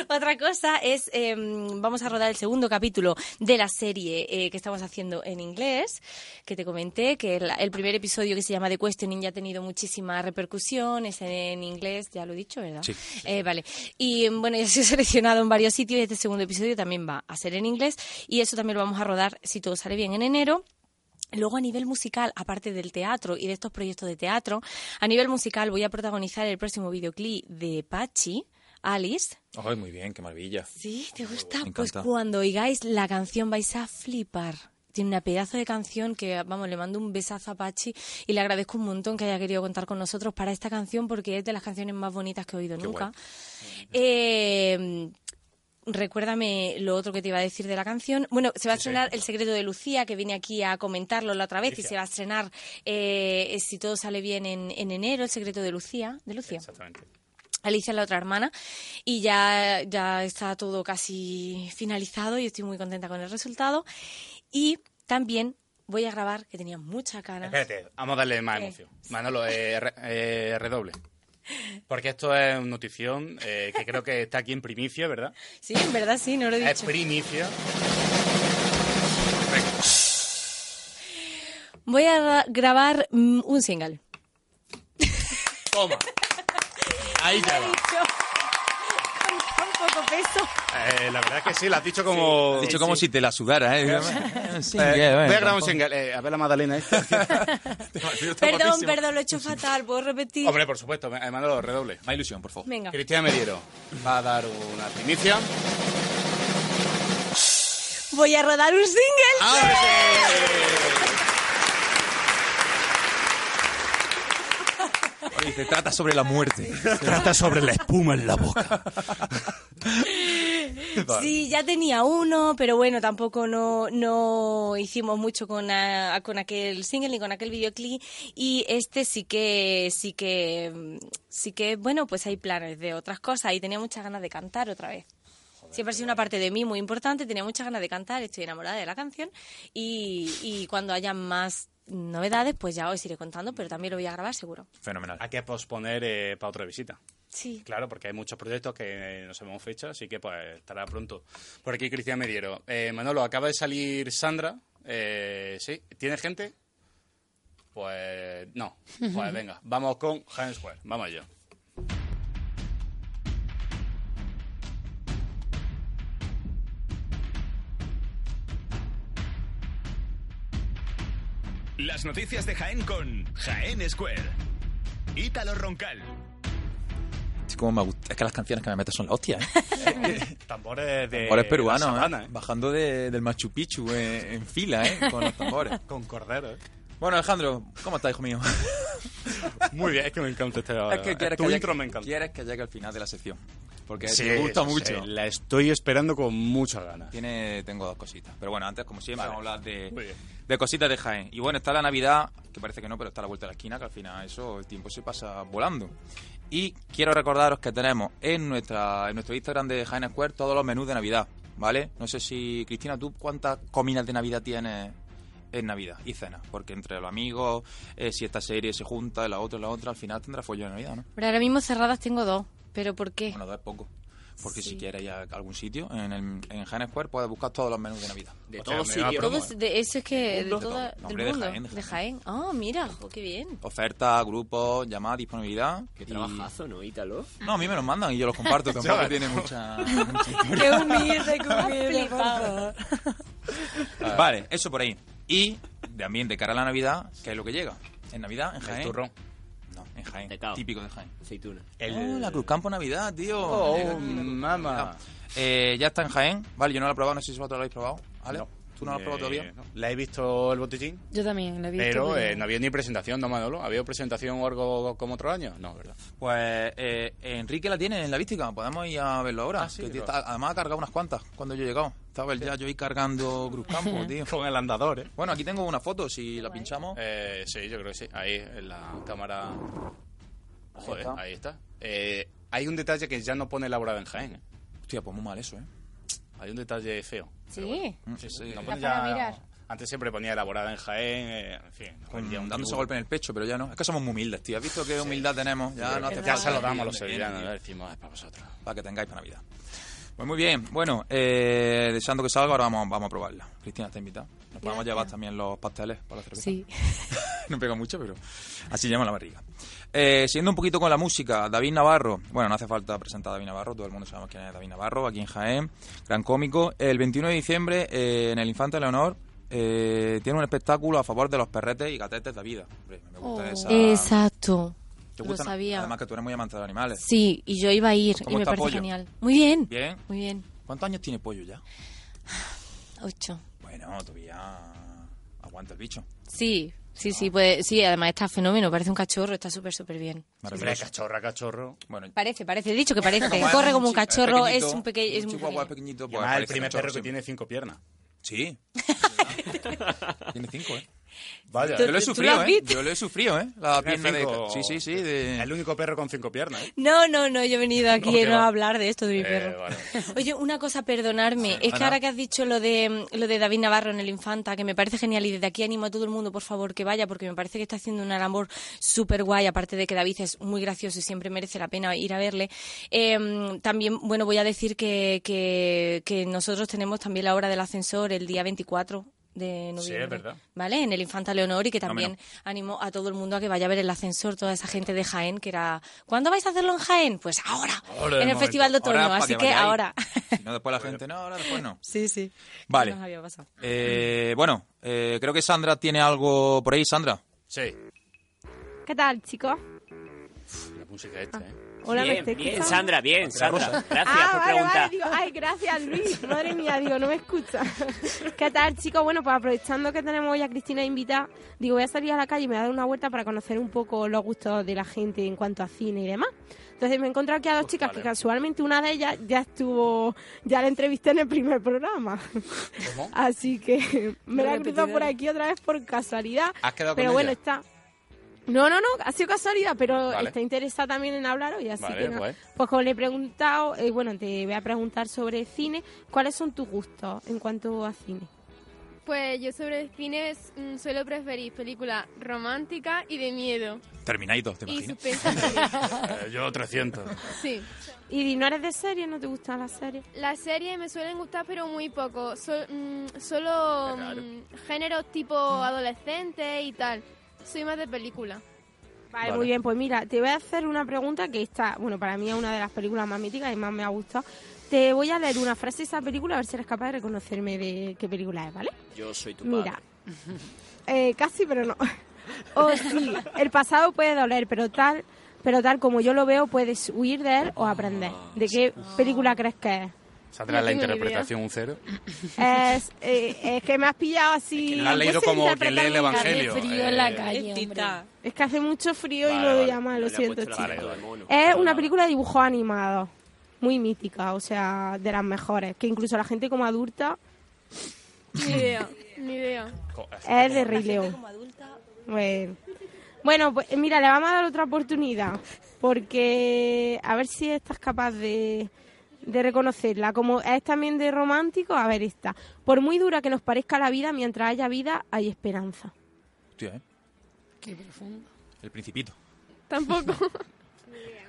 H: Otra cosa es, eh, vamos a rodar el segundo capítulo de la serie eh, que estamos haciendo en inglés, que te comenté, que el, el primer episodio que se llama The Questioning ya ha tenido muchísima repercusión, es en inglés, ya lo he dicho, ¿verdad?
M: Sí.
H: Eh, vale. Y bueno, ya se ha seleccionado en varios sitios y este segundo episodio también va a ser en inglés y eso también lo vamos a rodar, si todo sale bien, en enero. Luego a nivel musical, aparte del teatro y de estos proyectos de teatro, a nivel musical voy a protagonizar el próximo videoclip de Pachi, Alice,
F: Ay, muy bien, qué maravilla.
H: Sí, ¿te gusta?
F: Me
H: Pues
F: encanta.
H: cuando oigáis la canción vais a flipar. Tiene una pedazo de canción que, vamos, le mando un besazo a Pachi y le agradezco un montón que haya querido contar con nosotros para esta canción porque es de las canciones más bonitas que he oído
M: Qué
H: nunca. Eh, recuérdame lo otro que te iba a decir de la canción. Bueno, se va a
M: Sí, sí.
H: estrenar El secreto de Lucía, que vine aquí a comentarlo la otra vez y
M: Lucía.
H: se va a estrenar, eh, si todo sale bien, en, en enero, El secreto de Lucía. De Lucía. Alicia es la otra hermana y ya, ya está todo casi finalizado y estoy muy contenta con el resultado. Y también voy a grabar, que tenía muchas ganas.
E: Espérate, vamos a darle más
H: ¿Qué?
E: emoción. Manolo, eh, re- eh, redoble. Porque esto es una notición eh, que creo que está aquí en primicia, ¿verdad?
H: Sí, en verdad sí, no lo he
E: Es
H: dicho.
E: primicia.
H: Voy a gra- grabar mm, un single.
E: Toma. Ahí ya va.
H: Con tan poco peso.
E: Eh, la verdad que sí, la has dicho como...
F: Has dicho como si te la sudara, ¿eh?
E: Eh,
F: Sí, eh, bueno,
E: voy a grabar
F: <laughs>
E: un
F: tampoco.
E: single. Eh, a ver la
F: <laughs>
E: Madalena. esta.
H: Perdón, perdón, lo he hecho fatal, puedo repetir.
E: Hombre, por supuesto, eh, Manolo, redoble.
F: Más ilusión, por favor.
H: Venga.
E: Cristina Mediero va a dar una primicia.
H: Voy a rodar un single.
F: Oye, se trata sobre la muerte.
E: <laughs> Trata sobre la espuma en la boca.
H: Sí, ya tenía uno, pero bueno, tampoco no, no hicimos mucho con, a- con aquel single ni con aquel videoclip. Y este sí que, sí que, mm, sí que, bueno, pues hay planes de otras cosas y tenía muchas ganas de cantar otra vez. Siempre ha sido una parte de mí muy importante, tenía muchas ganas de cantar, estoy enamorada de la canción y, y cuando haya más novedades, pues ya os iré contando, pero también lo voy a grabar seguro.
F: Fenomenal.
E: Hay que posponer eh, para otra visita.
H: Sí.
E: Claro, porque hay muchos proyectos que eh, no sabemos fecha, así que pues estará pronto. Por aquí Cristian Mediero. Eh, Manolo, acaba de salir Sandra. Eh, ¿Sí? ¿Tiene gente? Pues no. Pues venga, vamos con Hemsworth. Vamos allá.
B: Las noticias de Jaén con Jaén Square. Ítalo Roncal.
F: Sí, como me gusta. Es que las canciones que me metes son la hostia, ¿eh?
E: Tambores de.
F: Tambores peruanos,
E: la sabana,
F: ¿eh?
E: ¿eh?
F: Bajando de- del Machu Picchu eh, en fila, ¿eh? Con los tambores.
E: Con cordero, ¿eh?
F: <laughs> Bueno, Alejandro, ¿cómo estás, hijo mío?
E: Muy bien, <laughs> es que me encanta este.
F: Es que quieres
E: tu
F: que,
E: intro
F: llegue,
E: me encanta.
F: quieres que llegue al final de la sección. Porque
E: Sí,
F: te gusta
E: sí,
F: mucho.
E: la estoy esperando con muchas ganas.
F: Tiene, tengo dos cositas. Pero bueno, antes, como siempre,
E: Vale.
F: vamos a hablar de,
E: Muy bien.
F: de cositas de Jaén. Y bueno, está la Navidad, que parece que no, pero está a la vuelta de la esquina, que al final eso, el tiempo se pasa volando. Y quiero recordaros que tenemos en nuestra en nuestro Instagram de Jaén Square todos los menús de Navidad, ¿vale? No sé si, Cristina, ¿tú cuántas comidas de Navidad tienes en Navidad y cena? Porque entre los amigos, eh, si esta serie se junta, la otra, la otra, al final tendrá follón de Navidad, ¿no?
H: Pero ahora mismo cerradas tengo dos, pero ¿por qué?
F: Bueno, dos es poco. Porque
H: Sí.
F: si quieres ir a algún sitio, en, el, en Jaén Square puedes buscar todos los menús de Navidad.
G: De
F: O sea,
G: todos
F: menuda
G: sitios.
F: promo,
H: Todos de- eso es que de
F: mundo.
H: toda-
F: De todo.
H: del
F: Hombre, de
H: mundo,
F: Jaén, de
H: de Jaén. Ah, mira, jo, qué bien.
F: ofertas, grupos, llamadas, disponibilidad. Qué
G: trabajazo, ¿no, Ítalo?
F: No, a mí me los mandan y yo los comparto. Tampoco
G: Chaval.
F: tiene mucha...
H: <laughs> Qué
F: <laughs>
H: humilde, qué humilde, por
M: Flipado.
F: vale, eso por ahí. Y también de cara a la Navidad, ¿qué es lo que llega? En Navidad, en Jaén.
E: turrón.
F: No, en Jaén. Típico de Jaén.
G: Aceituna.
F: Oh, la Cruz Campo Navidad, tío.
E: Oh,
F: Llega aquí la Cruz Campo
E: mamá.
F: Navidad. Eh, ya está en Jaén. Vale, yo no la he probado, no sé si vosotros lo habéis probado. ¿Vale? ¿Tú no lo has probado todavía?
E: ¿La he visto el botellín?
J: Yo también la vi.
E: Pero eh, no había ni presentación, ¿no, Manolo? ¿Había presentación o algo como otro año? No, ¿verdad?
F: Pues eh, Enrique la tiene en la vística, podemos ir a verlo ahora. que tío, está- además ha cargado unas cuantas cuando yo he llegado. Estaba el Yayo ahí cargando Cruz Campo, tío.
E: Con el andador, ¿eh?
F: Bueno, aquí tengo una foto, si la pinchamos.
E: Eh, sí, yo creo que sí. Ahí, en la cámara. Joder,
F: está.
E: ahí está. Eh, hay un detalle que ya no pone elaborada en Jaén. ¿eh?
F: Hostia, pues muy mal eso, ¿eh?
E: Hay un detalle feo.
H: Sí.
E: Sí, sí.
F: La
E: No
F: pone
E: pone
F: para
E: ya-
F: mirar.
E: Antes siempre ponía elaborada en Jaén, eh, en fin.
F: Con-
E: ya un
F: dándose
E: truco.
F: golpe en el pecho, pero ya no. Es que somos muy humildes, tío. ¿Has visto qué humildad tenemos? Ya,
E: Sí,
F: no hace
E: ya
F: falta ¿eh?
E: se lo
F: que
E: damos a los
F: me viene,
E: sevillanos,
F: tío.
E: ya decimos, es para vosotros.
F: Para que tengáis para Navidad. Pues muy bien, bueno, eh, deseando que salga, ahora vamos, vamos a probarla. Cristina, te invita. Nos podemos
H: Gracias.
F: llevar también los pasteles para la cerveza.
H: Sí.
F: <laughs> no pega mucho, pero así llama la barriga. Eh, siguiendo un poquito con la música, David Navarro. Bueno, no hace falta presentar a David Navarro, todo el mundo sabe quién es David Navarro, aquí en Jaén, gran cómico. El 21 de diciembre, eh, en el Infante Leonor, eh, tiene un espectáculo a favor de los perretes y gatetes de vida. Hombre, me gusta esa-
H: Ah. Exacto.
F: ¿Te
H: Oh. Lo
F: gustan?
H: sabía.
F: Además que tú eres muy amante de los animales.
H: Sí, y yo iba a ir y
F: ¿Cómo
H: me
F: está
H: parece
F: Pollo?
H: genial. Muy bien.
F: Bien.
H: Muy bien.
F: ¿Cuántos años tiene Pollo ya?
H: Ocho.
F: Bueno, todavía aguanta el bicho.
H: Sí, sí, sí, pues sí, además está fenómeno, parece un cachorro, está súper, súper bien.
E: Hombre, cachorra, cachorro.
F: Bueno,
H: Parece, parece, he dicho
F: <laughs>
H: que parece.
F: Como es
H: Corre como un
F: chi- es
H: cachorro, es,
F: pequeñito,
H: un pequeño. Es
F: un
H: muy
F: chihuahua
H: pequeño.
F: pequeñito. pues
E: Y además, el primer perro que tiene cinco piernas.
F: Sí. <laughs> tiene cinco, ¿eh?
E: Vaya.
F: Yo lo he sufrido, ¿eh? Yo lo he sufrido, ¿eh? La
E: Tiene
F: pierna de...
E: cinco-
F: Sí, sí, sí. de-
E: El único perro con cinco piernas, ¿eh?
H: No, no, no, yo he venido
E: No,
H: aquí
E: que
H: no,
E: va.
H: a hablar de esto de mi
E: Eh,
H: perro.
E: vale.
H: <laughs> Oye, una cosa, perdonarme. es que
E: Ana.
H: ahora que has dicho lo de, lo de David Navarro en el Infanta, que me parece genial, y desde aquí animo a todo el mundo, por favor, que vaya, porque me parece que está haciendo una labor súper guay, aparte de que David es muy gracioso y siempre merece la pena ir a verle. Eh, también, bueno, voy a decir que, que, que nosotros tenemos también la hora del ascensor el día 24 de noviembre.
E: Sí, es verdad.
H: ¿Vale? En el Infanta Leonor y que también
E: Fenómeno.
H: animo a todo el mundo a que vaya a ver el ascensor, toda esa gente de Jaén, que era... ¿Cuándo vais a hacerlo en Jaén? Pues ahora,
F: Ahora,
H: en el
F: momento.
H: Festival de Otoño,
F: Ahora, para
H: así
F: que
H: que
F: vayáis. <laughs>
H: ahora.
F: Si no, después la gente... No, ahora después no.
H: Sí, sí.
F: Vale.
H: Nos había pasado.
F: Eh, bueno, eh, creo que Sandra tiene algo por ahí, Sandra.
E: Sí.
M: ¿Qué tal, chicos?
E: La música esta, ¿eh?
M: Hola, ¿me
G: bien,
M: estáis
G: bien,
M: escuchando?
G: Sandra, bien, Sandra. Gracias
M: ah,
G: por
M: vale,
G: preguntar.
M: vale, digo, ay, gracias, Luis. Madre mía, digo, no me escucha. <laughs> ¿Qué tal, chicos? Bueno, pues aprovechando que tenemos hoy a Cristina invitada, digo, voy a salir a la calle y me voy a dar una vuelta para conocer un poco los gustos de la gente en cuanto a cine y demás. Entonces me he encontrado aquí a dos
E: Pues
M: chicas que casualmente una de ellas ya estuvo, ya la entrevisté en el primer programa. <laughs> Así que me la he cruzado por aquí otra vez por casualidad.
E: ¿Has Ah, quedado con
M: Pero bueno,
E: ella?
M: está. No, no, no, ha sido casualidad, pero
E: Vale.
M: está interesada también en hablar hoy, así
E: Vale,
M: que no.
E: guay.
M: Pues como le he preguntado, eh, bueno, te voy a preguntar sobre cine, ¿cuáles son tus gustos en cuanto a cine?
I: Pues yo sobre el cine mm, suelo preferir películas románticas y de miedo.
F: Terminator, ¿te
I: Y
F: imaginas?
I: suspensa.
E: Eh, yo 300.
I: sí.
M: Y di, no eres de serie, no te gustan las series.
I: Las series me suelen gustar, pero muy poco. Sol- mm, solo mm, géneros tipo adolescente y tal. Soy más de película.
M: Vale, muy bien, pues mira, te voy a hacer una pregunta que está, bueno, para mí es una de las películas más míticas y más me ha gustado. Te voy a leer una frase de esa película a ver si eres capaz de reconocerme de qué película es, ¿vale?
G: Yo soy tu
M: Mira.
G: padre.
M: Eh, casi, pero no. O sí, el pasado puede doler, pero tal, pero tal como yo lo veo, puedes huir de él o aprender. ¿De qué película crees que es?
E: ¿Saldrá
M: No
E: la
M: tengo ni
E: interpretación un cero?
M: Es, eh, es que me has pillado así.
E: Es que la has leído como quien lee el Evangelio.
M: Es
E: Eh,
M: Es que hace mucho frío y
E: Vale,
M: lo
E: vale. pues,
M: voy a mal, lo
E: Le ha
M: siento, Eh.
E: puesto la
M: chicos.
E: cara de mono.
M: Es una película de dibujos animados, muy mítica, o sea, de las mejores, que incluso la gente como adulta
I: Ni idea, ni idea.
M: es de Rey León. Bueno. Bueno, pues mira, le vamos a dar otra oportunidad. Porque a ver si estás capaz de, de reconocerla. Como es también de romántico, a ver esta. Por muy dura que nos parezca la vida, mientras haya vida, hay esperanza.
F: Hostia, ¿eh?
J: Qué profundo.
F: El Principito. <laughs>
I: Tampoco.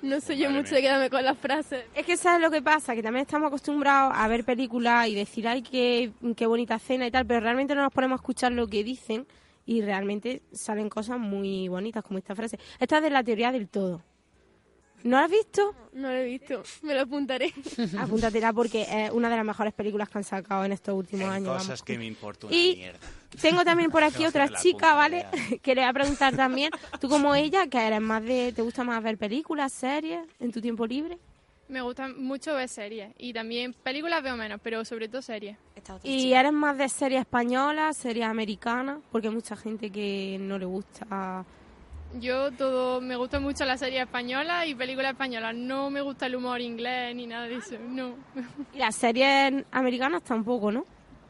I: no soy yo
F: Madre
I: mucho
F: mía.
I: de quedarme con las frases.
M: Es que sabes lo que pasa, que también estamos acostumbrados a ver películas y decir, ay, qué, qué bonita cena y tal, pero realmente no nos ponemos a escuchar lo que dicen y realmente salen cosas muy bonitas, como esta frase. Esta es de la teoría del todo. ¿No la has visto?
I: No lo he visto. Me lo apuntaré.
M: Apúntatela porque es una de las mejores películas que han sacado en estos últimos años. vamos.
E: Cosas que me importan
M: Y-
E: mierda.
M: Tengo también por aquí
E: No,
M: otra
E: la
M: chica, ¿vale? <laughs> que le voy a preguntar también. ¿Tú como ella, que eres más de... ¿Te gusta más ver películas, series en tu tiempo libre?
N: Me gustan mucho ver series y también películas veo menos, pero sobre todo series.
M: ¿Y eres más de serie española, serie americana? Porque hay mucha gente que no le gusta.
N: Yo todo, me gusta mucho la serie española y películas españolas. No me gusta el humor inglés ni nada de eso, no.
M: Y las series americanas tampoco, ¿no?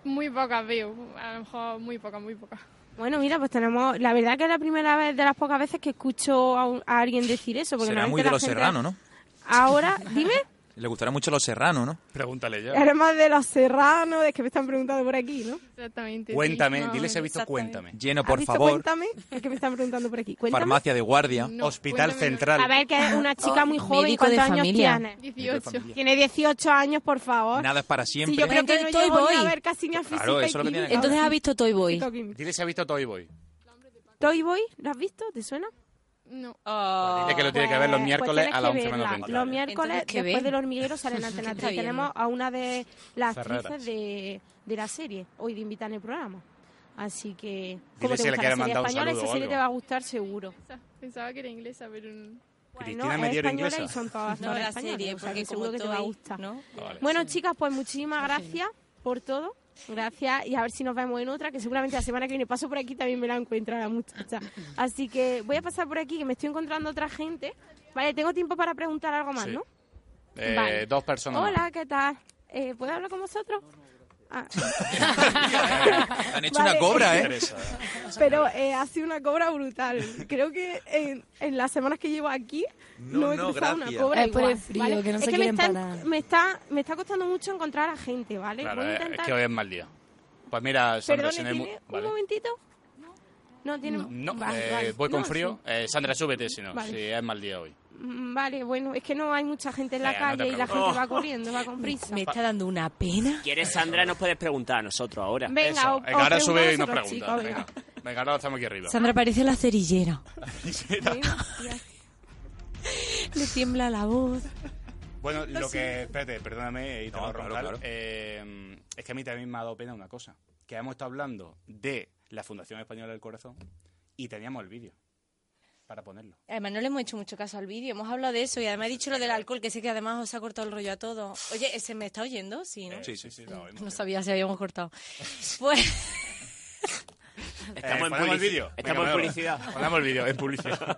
N: Muy pocas veo, a lo mejor muy pocas, muy pocas.
M: Bueno, mira, pues tenemos. La verdad que es la primera vez de las pocas veces que escucho a, un- a alguien decir eso. Porque
F: Será
M: normalmente
F: muy de
M: la
F: los
M: gente-
F: serranos, ¿no?
M: Ahora, dime.
F: Le gustará mucho los serranos, ¿no? Pregúntale
M: Eres más de los serranos, es que me están preguntando por aquí, ¿no?
N: Exactamente.
E: Cuéntame, dile si has visto Cuéntame.
F: Lleno,
M: ¿Has
F: por
M: visto
F: favor.
M: Cuéntame, es que me están preguntando por aquí. Cuéntame. Oh,
F: Farmacia de guardia.
E: Hospital
M: A ver, que es una chica muy joven,
F: médico de
M: ¿cuántos años
F: familia.
M: tiene?
F: Médico de familia.
M: Tiene 18 años, por favor.
F: Nada es para siempre.
M: Sí, yo creo que no
H: Entonces, Toy
M: llego ni a
H: Boy.
M: ver casi ni
E: Pues
M: a física
F: eso
M: y
F: es lo que tiene
M: química.
F: que Entonces,
H: ¿has visto Toy Boy?
E: Dile si ha visto Toy Boy.
M: ¿Toy Boy? ¿Lo has visto? ¿Te suena?
N: No.
H: Oh,
E: dile que lo tiene que ver los miércoles
M: tienes
E: a las
M: Oh, pues que
E: 11 menos
M: verla.
E: 20.
M: Los miércoles,
H: Entonces, ¿qué
M: después
H: ven?
M: del hormiguero, salen Antena
H: Está
M: 3.
H: bien.
M: Tenemos a una de las
E: Ferreras.
M: actrices de, de la serie. Hoy de invitan el programa. Así que,
E: Dile si le
M: gusta
E: quiere
M: la serie
E: mandar un
M: española?
E: saludo
M: Esa
E: o
M: serie
E: algo.
M: te va a gustar seguro.
N: Pensaba que era inglesa, pero no.
E: Cristina
M: es
E: Mediero
M: española
E: inglesa.
M: y son
H: <laughs>
M: todas
H: No,
M: todas
H: la
M: españolas,
H: serie,
M: o sea,
H: porque
M: que seguro
H: como
M: que te va a
H: Toy,
M: gustar.
H: ¿no?
E: Vale.
M: Bueno, chicas, pues muchísimas gracias por todo. Gracias y a ver si nos vemos en otra, que seguramente la semana que viene paso por aquí también me la encuentro a la muchacha. Así que voy a pasar por aquí, que me estoy encontrando otra gente. Vale, tengo tiempo para preguntar algo más,
E: Sí.
M: ¿no?
E: Eh,
M: Vale.
E: Dos personas. <laughs> más.
M: Hola, ¿qué tal? Eh, ¿Puedo hablar con vosotros?
E: <laughs>
M: Ah.
F: Han hecho una cobra, ¿eh?
M: Pero eh, ha sido una cobra brutal. Creo que en, en las semanas que llevo aquí no,
F: No,
M: he
F: no,
M: cruzado
F: gracias.
M: una cobra.
J: Es por el
M: igual,
J: frío,
M: ¿vale?
J: que no
M: es
J: se
M: que me,
J: quieren
M: están-
J: parar.
M: me está, me está costando mucho encontrar a gente, ¿vale?
E: Claro,
M: Voy a
E: eh, es
M: intentar-
E: que hoy es mal día. Pues mira, Sandra,
M: Perdone,
E: si no hay
M: ¿tiene
E: mu-
M: un
E: vale.
M: momentito? No, tiene...
E: No,
M: Vale,
E: eh,
M: vale.
E: voy con
M: No,
E: frío.
M: sí.
E: Eh, Sandra, súbete si no,
M: Vale.
E: si es mal día hoy.
M: Mm, Vale, bueno, es que no hay mucha gente en la
E: Eh, no te
M: calle y la
E: preocupes.
M: gente va corriendo, va con prisa.
H: Me está dando una pena.
G: ¿Quieres, Sandra? Nos puedes preguntar a nosotros ahora.
M: Venga,
E: Eso,
M: o-
E: venga,
M: o
E: ahora sube y nos
M: preguntad a
E: pregunta.
M: otro chico,
E: venga. Venga, ahora lo hacemos aquí arriba. <laughs>
H: Sandra parece la cerillera. Le tiembla la voz.
M: <laughs>
E: Bueno, lo
H: Sí.
E: que. Espérate, perdóname, y te
F: No,
E: voy a
F: claro,
E: roncar.
F: claro.
E: Eh, es que a mí también me ha dado pena una cosa. Que hemos estado hablando de la Fundación Española del Corazón y teníamos el vídeo para ponerlo.
H: Además, no le hemos hecho mucho caso al vídeo. Hemos hablado de eso y además he dicho lo del alcohol, que sé que además os ha cortado el rollo a todos. Oye, ¿se me está oyendo? Sí, ¿no?
E: Eh, sí, sí, lo oímos.
H: No sabía si habíamos cortado. Pues.
E: Eh,
G: Estamos en
E: ponemos el
G: publici-
E: vídeo.
G: estamos
E: Venga,
G: en
E: ponemos.
G: publicidad.
E: <laughs> Ponemos el vídeo, en publicidad.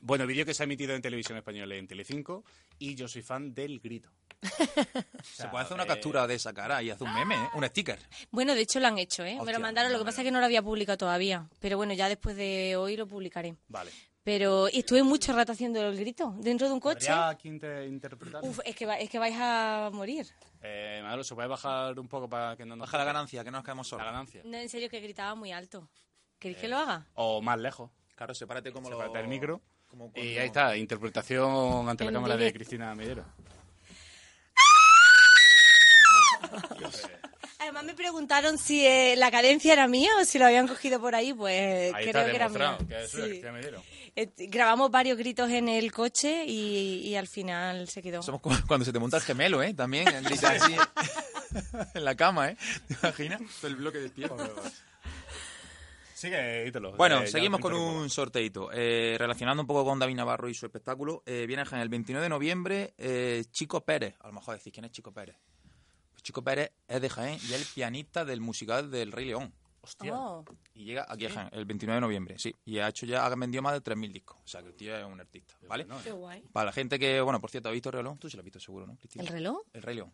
E: Bueno, vídeo que se ha emitido en televisión española y en Telecinco y yo soy fan del grito.
F: Se puede hacer una captura de esa cara y hacer un meme, ¿eh? un sticker.
H: Bueno, de hecho lo han hecho, ¿eh? me
F: Hostia,
H: lo mandaron, lo que pasa es que no lo había publicado todavía. Pero bueno, ya después de hoy lo publicaré.
E: Vale.
H: Pero y estuve mucho rato haciendo el grito dentro de un coche.
E: ¿Podría quien te interpretar?
H: Uf, es que, va- es que vais a morir.
E: Eh, Manolo, ¿se puede bajar un poco para que no nos...
F: Baja la ganancia, que no nos caemos solos.
E: La ganancia.
H: No, en serio, que gritaba muy alto. ¿Queréis que lo haga?
E: O más lejos.
F: Claro, sepárate como
E: Sepárate
F: lo-
E: del micro.
F: como cuando-
E: Y ahí está, interpretación ante la
H: En
E: cámara de
H: directo.
E: Cristina Medero.
H: Además me preguntaron si eh, la cadencia era mía o si lo habían cogido por ahí, pues
E: Ahí
H: creo
E: está
H: que era
E: demostrado
H: mía.
E: que es suya,
H: Sí.
E: Cristina Medero.
H: Eh, grabamos varios gritos en el coche y, y al final se quedó.
F: Somos como <laughs> cuando se te monta el gemelo, ¿eh? También, gritar
E: <laughs>
F: así <laughs> en la cama, ¿eh? ¿Te imaginas?
E: Pues,
F: Todo el bloque de pie.
E: Sigue, Ítalo.
F: Bueno,
E: Eh, ya
F: seguimos
E: te
F: con
E: interrumpo.
F: un sorteito. Eh, relacionando un poco con David Navarro y su espectáculo, eh, viene el 29 de noviembre eh, Chico Pérez. A lo mejor decís, ¿quién es Chico Pérez? Pues Chico Pérez es de Jaén y es el pianista del musical del Rey León.
E: Hostia.
H: Oh.
F: Y llega aquí a Jaén el 29 de noviembre, sí. Y ha hecho ya, ha vendido más de 3.000 discos. O sea, que el tío es un artista, ¿vale?
H: Qué guay.
F: Para la gente que, bueno, por cierto, ¿ha visto el reloj? Tú sí lo has visto seguro, ¿no, Cristina?
H: ¿El reloj? Ah.
F: El reloj.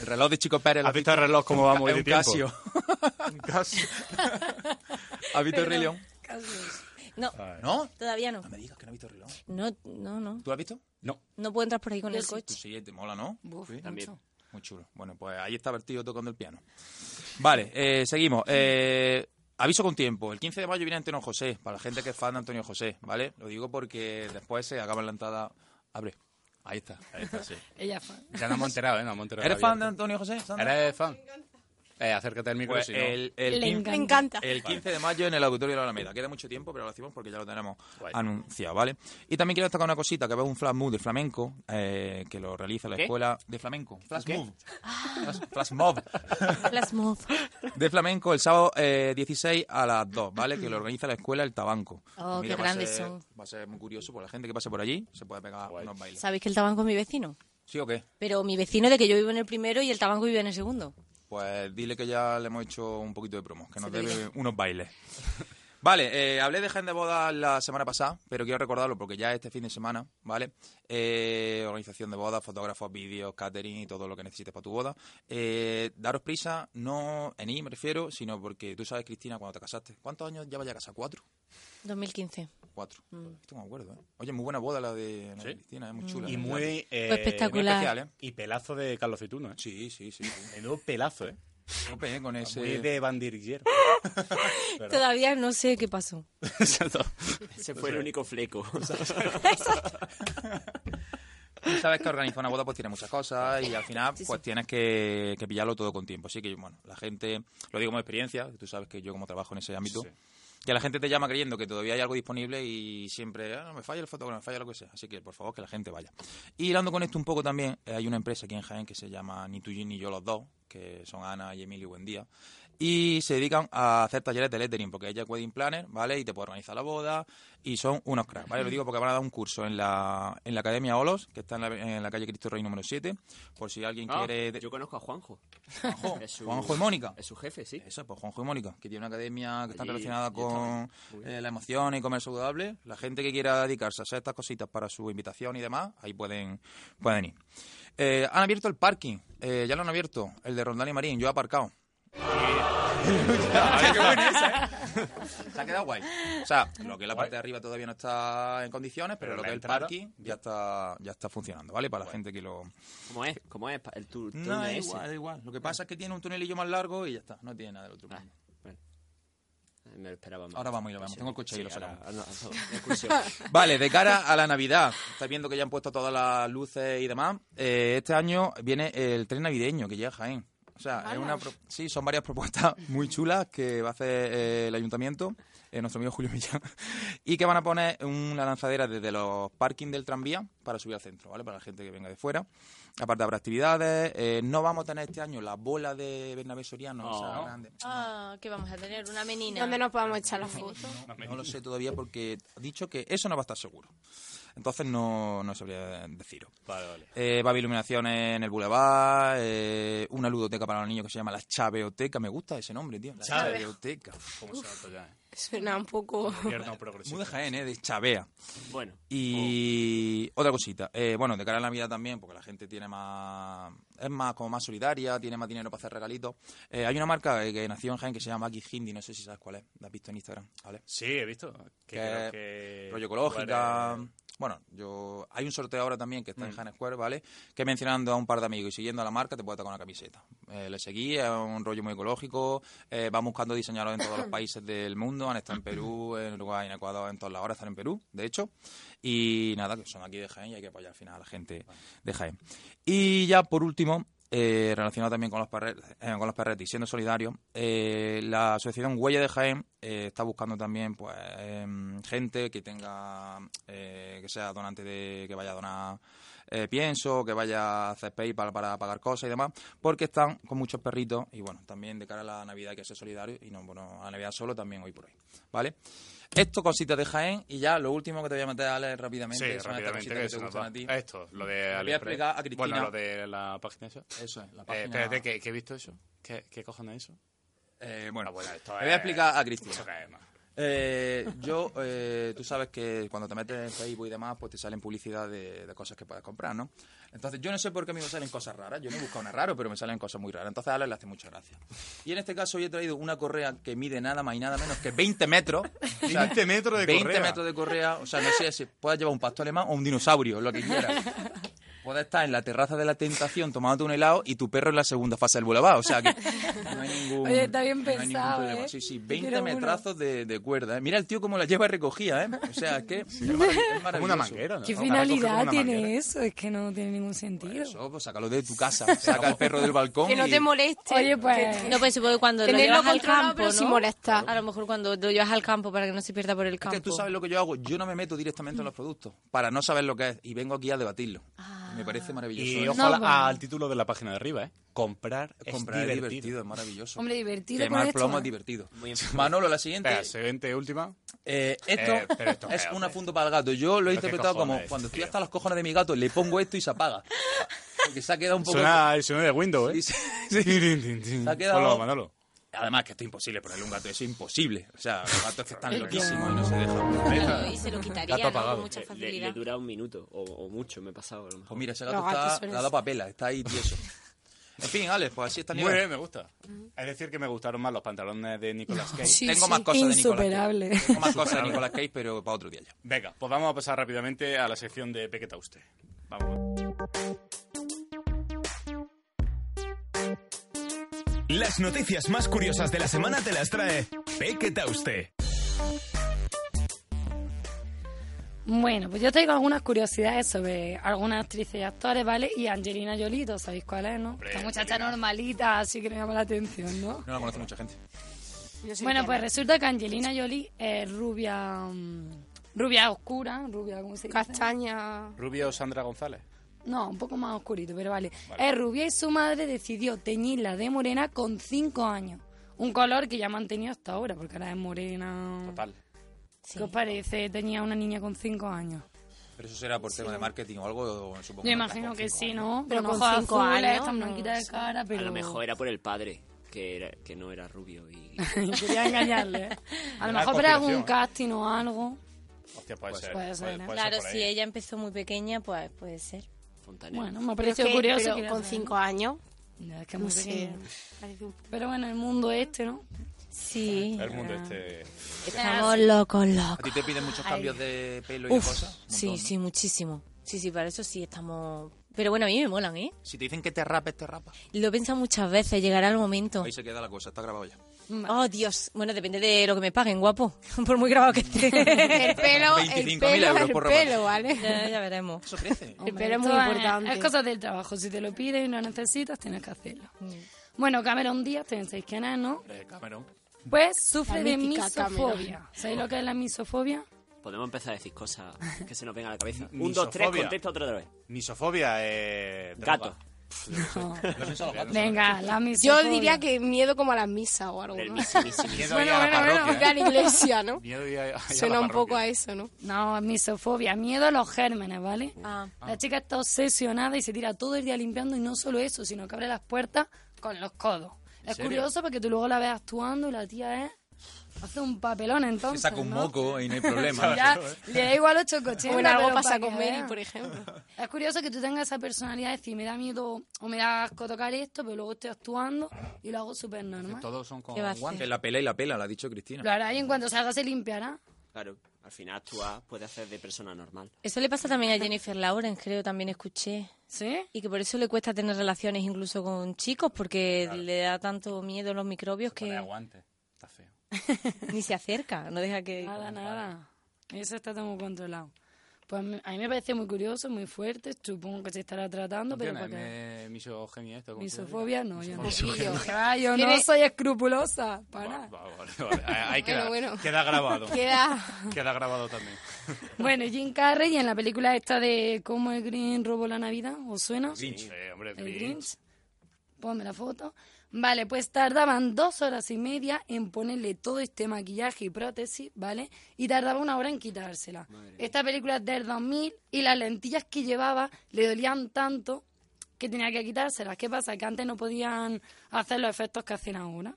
F: el reloj de Chico Pérez. ¿lo
E: ¿Has visto el reloj cómo va muy
F: Es
E: de
F: un
E: tiempo?
F: Casio. un Casio. <laughs> ¿Has visto el Rey León?
H: No,
F: ¿No?
H: todavía no.
F: No me digas que no has visto el reloj.
H: No, no, no.
F: ¿Tú lo has visto?
E: No.
H: No puedo entrar por ahí con el
F: Tú
H: coche.
F: sí, te mola, ¿no? Sí.
G: También.
F: Muy chulo. Bueno, pues ahí estaba el tío tocando el piano. Vale, eh, seguimos. Eh, aviso con tiempo. El 15 de mayo viene Antonio José, para la gente que es fan de Antonio José, ¿vale? Lo digo porque después se acaba la entrada. Abre. Ahí está.
E: Ahí está, sí.
J: Ella es fan.
E: Ya no hemos enterado, ¿eh? No hemos enterado
F: ¿Eres
E: todavía.
F: fan de Antonio José? Sandra?
E: ¿Eres fan? Eh, acércate al micro
F: Pues
E: si no.
F: el, el
E: Le
F: 15
E: encanta.
F: El
E: Vale.
F: 15 de mayo en el Auditorio de la Alameda. Queda mucho tiempo, pero lo hacemos porque ya lo tenemos anunciado, ¿vale? Y también quiero destacar una cosita, que va un flash move del flamenco, eh, que lo realiza la
G: ¿Qué?
F: escuela de flamenco. Flash
G: ¿Qué?
F: move.
H: Ah.
F: Flash- Flash mob.
H: <laughs> Las mov.
F: <laughs> de flamenco el sábado eh, 16 a las 2, ¿vale? Que lo organiza la escuela El Tabanco.
H: Oh,
F: Mira,
H: qué
F: va a
H: grandes
F: ser-
H: son.
F: Va a ser muy curioso, por la gente que pase por allí se puede pegar unos bailes.
H: ¿Sabéis que el tabanco es mi vecino?
F: ¿Sí o qué?
H: Pero mi vecino de que yo vivo en el primero y el tabanco vive en el segundo.
F: Pues dile que ya le hemos hecho un poquito de promo, que nos
H: Se lo
F: debe
H: diré.
F: unos bailes. <laughs> Vale, eh, hablé de Jaén de Bodas la semana pasada, pero quiero recordarlo porque ya este fin de semana, ¿vale? Eh, organización de bodas, fotógrafos, vídeos, catering y todo lo que necesites para tu boda. Eh, daros prisa, no en I me refiero, sino porque tú sabes, Cristina, cuando te casaste. ¿Cuántos años llevas ya casa? ¿Cuatro?
H: 2015.
F: Cuatro.
H: Mm.
F: Esto me acuerdo, ¿eh? Oye, muy buena boda la de la de Cristina, es muy
H: Mm.
F: chula.
E: Y
F: ¿eh?
E: muy, eh,
H: Fue espectacular.
E: muy especial, ¿eh? Y pelazo de Carlos Fituno, ¿eh?
F: Sí, sí, sí.
E: Menudo pelazo, ¿eh?
F: Tope, ¿eh? Con ese...
E: Muy de <laughs> banderillero. Pero-
H: Todavía no sé qué pasó.
G: Ese fue el único fleco.
F: Tú sabes que organizar una boda pues tiene muchas cosas y al final pues tienes que, que pillarlo todo con tiempo. Así que, bueno, la gente, lo digo como experiencia, tú sabes que yo como trabajo en ese ámbito, que la gente te llama creyendo que todavía hay algo disponible y siempre, "Ah, me falla el fotógrafo, me falla lo que sea. Así que, por favor, que la gente vaya. Y hablando con esto un poco también, eh, hay una empresa aquí en Jaén que se llama Ni tú ni yo los dos, que son Ana y Emilio Buendía, y se dedican a hacer talleres de lettering, porque ella es wedding planner, ¿vale? Y te puede organizar la boda, y son unos cracks, ¿vale? Lo digo porque van a dar un curso en la, en la Academia Olos, que está en la, en la calle Cristo Rey número 7, por si alguien
G: Ah,
F: quiere... de-
G: Yo conozco a Juanjo. Es su-
F: Juanjo y Mónica.
G: Es su jefe, sí.
F: Eso, pues Juanjo y Mónica, que tiene una academia que está
G: Allí,
F: relacionada
G: allí está,
F: con
G: Muy bien.
F: eh, la emoción y comer saludable. La gente que quiera dedicarse a hacer estas cositas para su invitación y demás, ahí pueden, pueden ir. Eh, han abierto el parking, eh, ya lo han abierto, el de Rondán y Marín, yo he aparcado.
E: <laughs> Ay, qué buena esa, ¿eh?
F: Se ha quedado guay. O sea, lo que es la parte de arriba todavía no está en condiciones, pero,
G: Pero
F: lo
G: la
F: que es el
G: entrada,
F: parking ya está, ya está funcionando, ¿vale? Para la gente que lo...
G: ¿Cómo es? ¿Cómo es? Pa- El tu- túnel
F: No, es
G: ese.
F: igual, es igual. Lo que pasa es que tiene un tunelillo más largo y ya está, no tiene nada del otro
G: Ah.
F: mundo.
G: Me lo esperaba más.
F: Ahora vamos y lo vemos. Tengo el coche ahí,
G: Sí,
F: lo sacamos.
G: ahora- ahora- ahora- excursión.
F: Vale, de cara a la Navidad, estáis viendo que ya han puesto todas las luces y demás. Eh, este año viene el tren navideño que llega a Jaén. O sea, es una pro- sí, son varias propuestas <laughs> muy chulas que va a hacer eh, el ayuntamiento, eh, nuestro amigo Julio Millán, <laughs> y que van a poner una lanzadera desde los parkings del tranvía para subir al centro, ¿vale? Para la gente que venga de fuera. Aparte habrá actividades, eh, no vamos a tener este año la bola de Bernabé Soriano, esa
H: No.
F: grande.
H: Ah, ¿qué vamos a tener? Una menina.
M: ¿Dónde nos podemos echar la foto?
F: No lo sé todavía porque ha dicho que eso no va a estar seguro. Entonces no, no sabría deciros.
E: Vale, vale.
F: Eh, va a haber iluminaciones en el Boulevard, eh, una ludoteca para los niños que se llama la Chaveoteca. Me gusta ese nombre, tío. La
M: Chave.
F: Chaveoteca.
E: ¿Cómo se nota
F: <laughs>
E: ya, eh?
M: Suena un poco...
E: Gobierno progresista.
F: Muy de Jaén, ¿eh? De Chavea.
G: Bueno.
F: Y otra cosita, eh, bueno, de cara a la Navidad también, porque la gente tiene más, es más como más solidaria, tiene más dinero para hacer regalitos. Eh, hay una marca eh, que nació en Jaén que se llama Aquí Hindi, no sé si sabes cuál es, la has visto en Instagram, ¿vale?
E: Sí, he visto. Que creo que-
F: rollo ecológica.
E: Vale.
F: Bueno, yo hay un sorteo ahora también que está en Jaén Square, ¿vale? Que mencionando a un par de amigos y siguiendo a la marca te puede tocar una camiseta. Eh, le seguí, es un rollo muy ecológico. Eh, van buscando diseñadores en todos los países del mundo. Han estado en Perú, en Uruguay, en Ecuador, en todas las horas están en Perú, de hecho. Y nada, que son aquí de Jaén y hay que apoyar al final a la gente de Jaén. Y ya por último, eh, relacionado también con los, perre- eh, con los perretes y siendo solidario, eh, la asociación Huella de Jaén eh, está buscando también pues em, gente que tenga, eh, que sea donante de, que vaya a donar eh, pienso, que vaya a hacer PayPal para pagar cosas y demás, porque están con muchos perritos y bueno, también de cara a la Navidad hay que ser solidario y no, bueno, a la Navidad solo también hoy por hoy, ¿vale? Esto cositas de Jaén y ya lo último que te voy a meter, Ale, rápidamente.
E: Sí,
F: son estas
E: rápidamente,
F: cositas
E: que,
F: que te
E: se nos
F: gustan
E: va.
F: a ti.
E: Esto, lo de
F: Le voy a
E: AliExpress.
F: explicar a Cristina.
E: Bueno, lo de la página esa.
F: Eso es, la
E: Eh,
F: página-
E: espérate, ¿qué, qué he visto eso? ¿Qué, qué cojones es eso?
F: Eh, bueno,
E: Ah, esto
F: le voy a
E: es-
F: explicar a Cristina.
E: Eso que es, ma.
F: Eh, yo, eh, tú sabes que cuando te metes en Facebook y demás, pues te salen publicidad de, de cosas que puedes comprar, ¿no? Entonces, yo no sé por qué a mí me salen cosas raras. Yo no he buscado una raro, pero me salen cosas muy raras. Entonces, a Ale le hace mucha gracia. Y en este caso, hoy he traído una correa que mide nada más y nada menos que 20 metros.
E: <laughs> 20 metros de
F: 20
E: correa.
F: metros de correa. O sea, no sé si puedes llevar un pasto alemán o un dinosaurio, lo que quieras. Puedes estar en la terraza de la tentación tomándote un helado y tu perro en la segunda fase del boulevard. O sea
O: <laughs>
F: que no hay ningún,
O: Oye, está bien
F: no hay ningún
O: pensado,
F: problema.
O: ¿eh?
F: Sí, sí,
O: Yo
F: 20
O: quiero uno.
F: metrazos de, de cuerda. ¿eh? Mira el tío cómo la lleva recogida, ¿eh? O
O: <laughs>
F: sea, es que es marav- es
O: Como
F: maravilloso.
O: una manguera, ¿Qué finalidad tiene eso? Es que no tiene ningún sentido.
F: Eso, pues, sácalo de
O: <laughs>
F: tu casa, saca al perro del balcón. y-
H: moleste.
O: Oye, pues.
H: No, pues supongo que cuando lo
O: Tenerlo
H: llevas al
O: controlado,
H: campo,
O: pero
H: ¿no?
O: sin molestar.
H: A lo mejor cuando lo llevas al campo para que no se pierda por el
F: Es
H: campo.
F: que tú sabes lo que yo hago. Yo no me meto directamente en los productos para no saber lo que es y vengo aquí a debatirlo.
O: Ah.
F: Me parece maravilloso. ¿eh? eso.
E: Y ojo al- al título de la página de arriba, ¿eh? Comprar,
F: Comprar
E: es
F: es
E: divertido.
F: divertido, es maravilloso.
O: Hombre, divertido
F: Quemar
O: con esto,
F: plomo
O: ¿eh?
F: es divertido. <laughs> Manolo, la siguiente.
E: Espera, siguiente, última.
F: Eh, esto,
E: Eh, pero esto
F: es
E: qué
F: una funda para el gato. Yo lo he
E: Pero qué
F: interpretado como
E: cojones,
F: cuando estoy hasta los cojones de mi gato, le pongo esto y se apaga. Porque se ha quedado un poco.
E: Suena el sonido de Windows, ¿eh? Tin, tin, tin.
F: Se ha quedado-
E: Ponlo, Manolo.
F: Además, que esto es imposible ponerle un gato, eso es imposible. O sea, los gatos que están
G: Pero-
F: loquísimos y no se dejan.
H: Y se lo quitaría,
F: Gato
H: ¿no?
F: apagado.
H: Con mucha
G: Le- Le,
H: facilidad.
G: dura un minuto o, o mucho, me he pasado. A lo mejor.
F: Pues mira, ese
G: Los
F: gato
G: gatos
F: está,
G: suelen
F: le ha dado
G: ser-
F: papela, está ahí tieso. En fin, Alex, pues así está el
E: Muy
F: nivel.
E: bien, me gusta. Es decir, que me gustaron más los pantalones de Nicolas Cage.
O: Sí, Tengo sí. más cosas de Nicolas Cage. Insuperable.
F: Tengo más cosas de Nicolas Cage, pero para otro día ya.
E: Venga, pues vamos a pasar rápidamente a la sección de Pequeta Usted. Vamos.
B: Las noticias más curiosas de la semana te las trae Peque Tauste.
O: Bueno, pues yo traigo algunas curiosidades sobre algunas actrices y actores, ¿vale? Y Angelina Jolito, ¿sabéis cuál es, no? Esta muchacha normalita, así que me llama la atención, ¿no?
F: No la conoce mucha gente.
O: Bueno, pues resulta que Angelina Jolie es rubia. mm, Rubia oscura, rubia, ¿cómo se dice? Castaña.
E: Rubio Sandra González.
O: No, un poco más oscurito, pero vale.
E: Vale.
O: Es rubia y su madre decidió teñirla de morena con 5 años. Un color que ya ha mantenido hasta ahora, porque ahora es morena.
E: Total.
O: ¿Qué os parece? Tenía una niña con 5 años.
F: Pero eso será por tema de marketing o algo, supongo.
O: Yo imagino que sí, ¿no?
H: Pero
O: ojos
H: con cinco
O: azules,
H: años,
O: tan
H: no
O: blanquita de
H: sé.
O: cara, pero...
G: A lo mejor era por el padre, que, era, que no era rubio.
O: <laughs>
G: Y...
O: Quería engañarle. ¿eh? A lo
G: Una
O: mejor para algún
G: conspiración.
O: casting o algo.
E: Hostia, puede, ser.
O: puede ser, ¿eh?
E: puede
H: Claro,
E: por ahí.
H: si ella empezó muy pequeña, pues puede ser.
O: Bueno, me ha
H: Pero es
O: parecido
H: que-
O: curioso.
H: pero
O: que-
H: con cinco años.
O: No, es que es muy
H: No sé.
O: pequeño. Pero bueno, el mundo este, ¿no?
H: Sí. Ah.
F: El mundo este.
H: Estamos locos,
F: ¿A
H: locos.
F: ti te piden muchos
H: Ay.
F: cambios de pelo y de
H: Uf,
F: cosas? Un
H: sí,
F: montón, ¿no?
H: sí, muchísimo. Sí, sí, para eso sí estamos... Pero bueno, a mí me molan, ¿eh?
F: Si te dicen que te rapes, te rapas.
H: Lo he pensado muchas veces, llegará el momento.
F: Ahí se queda la cosa, está grabado ya.
H: Oh, Dios. Bueno, depende de lo que me paguen, guapo. <laughs> Por muy grabado que esté.
O: <laughs>
F: El pelo- el 25.000 pelo, euros el por robar. pelo,
H: ¿vale? Ya, ya veremos. Eso crece.
O: Hombre,
H: pelo es muy
O: esto
H: importante.
O: Es cosa del trabajo. Si te lo pides y no necesitas, tienes que hacerlo. Bueno, Cameron Díaz, tenéis sabéis quién es, ¿no?
E: Eh, Cameron.
O: Pues sufre
G: La
O: de
G: mítica Cameron.
O: misofobia. ¿Sabéis lo que es la misofobia?
G: Podemos empezar a decir cosas que se nos vengan a la
F: <laughs>
G: cabeza. Un, dos, tres,
E: Misofobia.
G: contesta otra vez.
E: Misofobia, eh.
G: Gato.
O: Venga, la
P: Yo
O: misofobia.
P: diría que miedo como a las misas o algo. ¿no?
E: Miedo ahí a la parroquia. ¿eh?
P: Ir a la iglesia, ¿no?
E: Miedo <laughs> y a- y a la
P: Suena un
E: parroquia.
P: poco a eso, ¿no?
O: No, misofobia, miedo a los gérmenes, ¿vale?
H: Ah.
O: La chica está obsesionada y se tira todo el día limpiando y no solo eso, sino que abre las puertas con los codos.
F: ¿En
O: Es
F: serio?
O: curioso porque tú luego la ves actuando y la tía es... Hace un papelón
F: Se
O: entonces.
F: saca un
O: ¿no?
F: moco y no hay problema.
O: Ya, le da igual los chocochos.
P: Bueno, algo pasa con Mary, por ejemplo.
O: Es curioso que tú tengas esa personalidad de decir, me da miedo o me da asco tocar esto, pero luego estoy actuando y lo hago súper normal.
F: Todos son con
O: ¿Qué va a
H: <laughs>
O: hacer?
F: guantes. La pela y la pela, lo ha dicho Cristina.
O: Lo hará y en cuanto salga se limpiará.
G: Claro, al final actúa, puede hacer de persona normal.
H: Eso le pasa también a Jennifer Lawrence, creo, también escuché.
O: ¿Sí?
H: Y que por eso le cuesta tener relaciones incluso con chicos, porque le da tanto miedo los microbios que
E: Aguante. Está feo.
H: <laughs> ni se acerca, no deja que...
O: Nada, nada. Eso está todo muy controlado. Pues a mí- a mí me parece muy curioso, muy fuerte. Supongo que se estará tratando,
E: ¿No
O: pero
E: tiene
O: para que...
E: me- misogenia esto? ¿Cómo se llama?
O: Misofobia no, yo no.
E: Misofobia.
O: Que va, yo no
E: Tiene-
O: soy escrupulosa. Para.
E: Vale, vale, vale. Ahí queda,
O: Bueno, bueno.
E: queda grabado.
O: Queda.
E: Queda grabado también.
O: Bueno, Jim Carrey en la película esta de ¿Cómo el Green robó la Navidad? ¿Os suena?
E: Grinch. Eh, hombre,
O: El
E: Grinch.
O: Grinch. Ponme la foto. Vale, pues tardaban dos horas y media en ponerle todo este maquillaje y prótesis, ¿vale? Y tardaba una hora en quitársela. Esta película es del 2000 y las lentillas que llevaba le dolían tanto que tenía que quitárselas. ¿Qué pasa? Que antes no podían hacer los efectos que hacen ahora.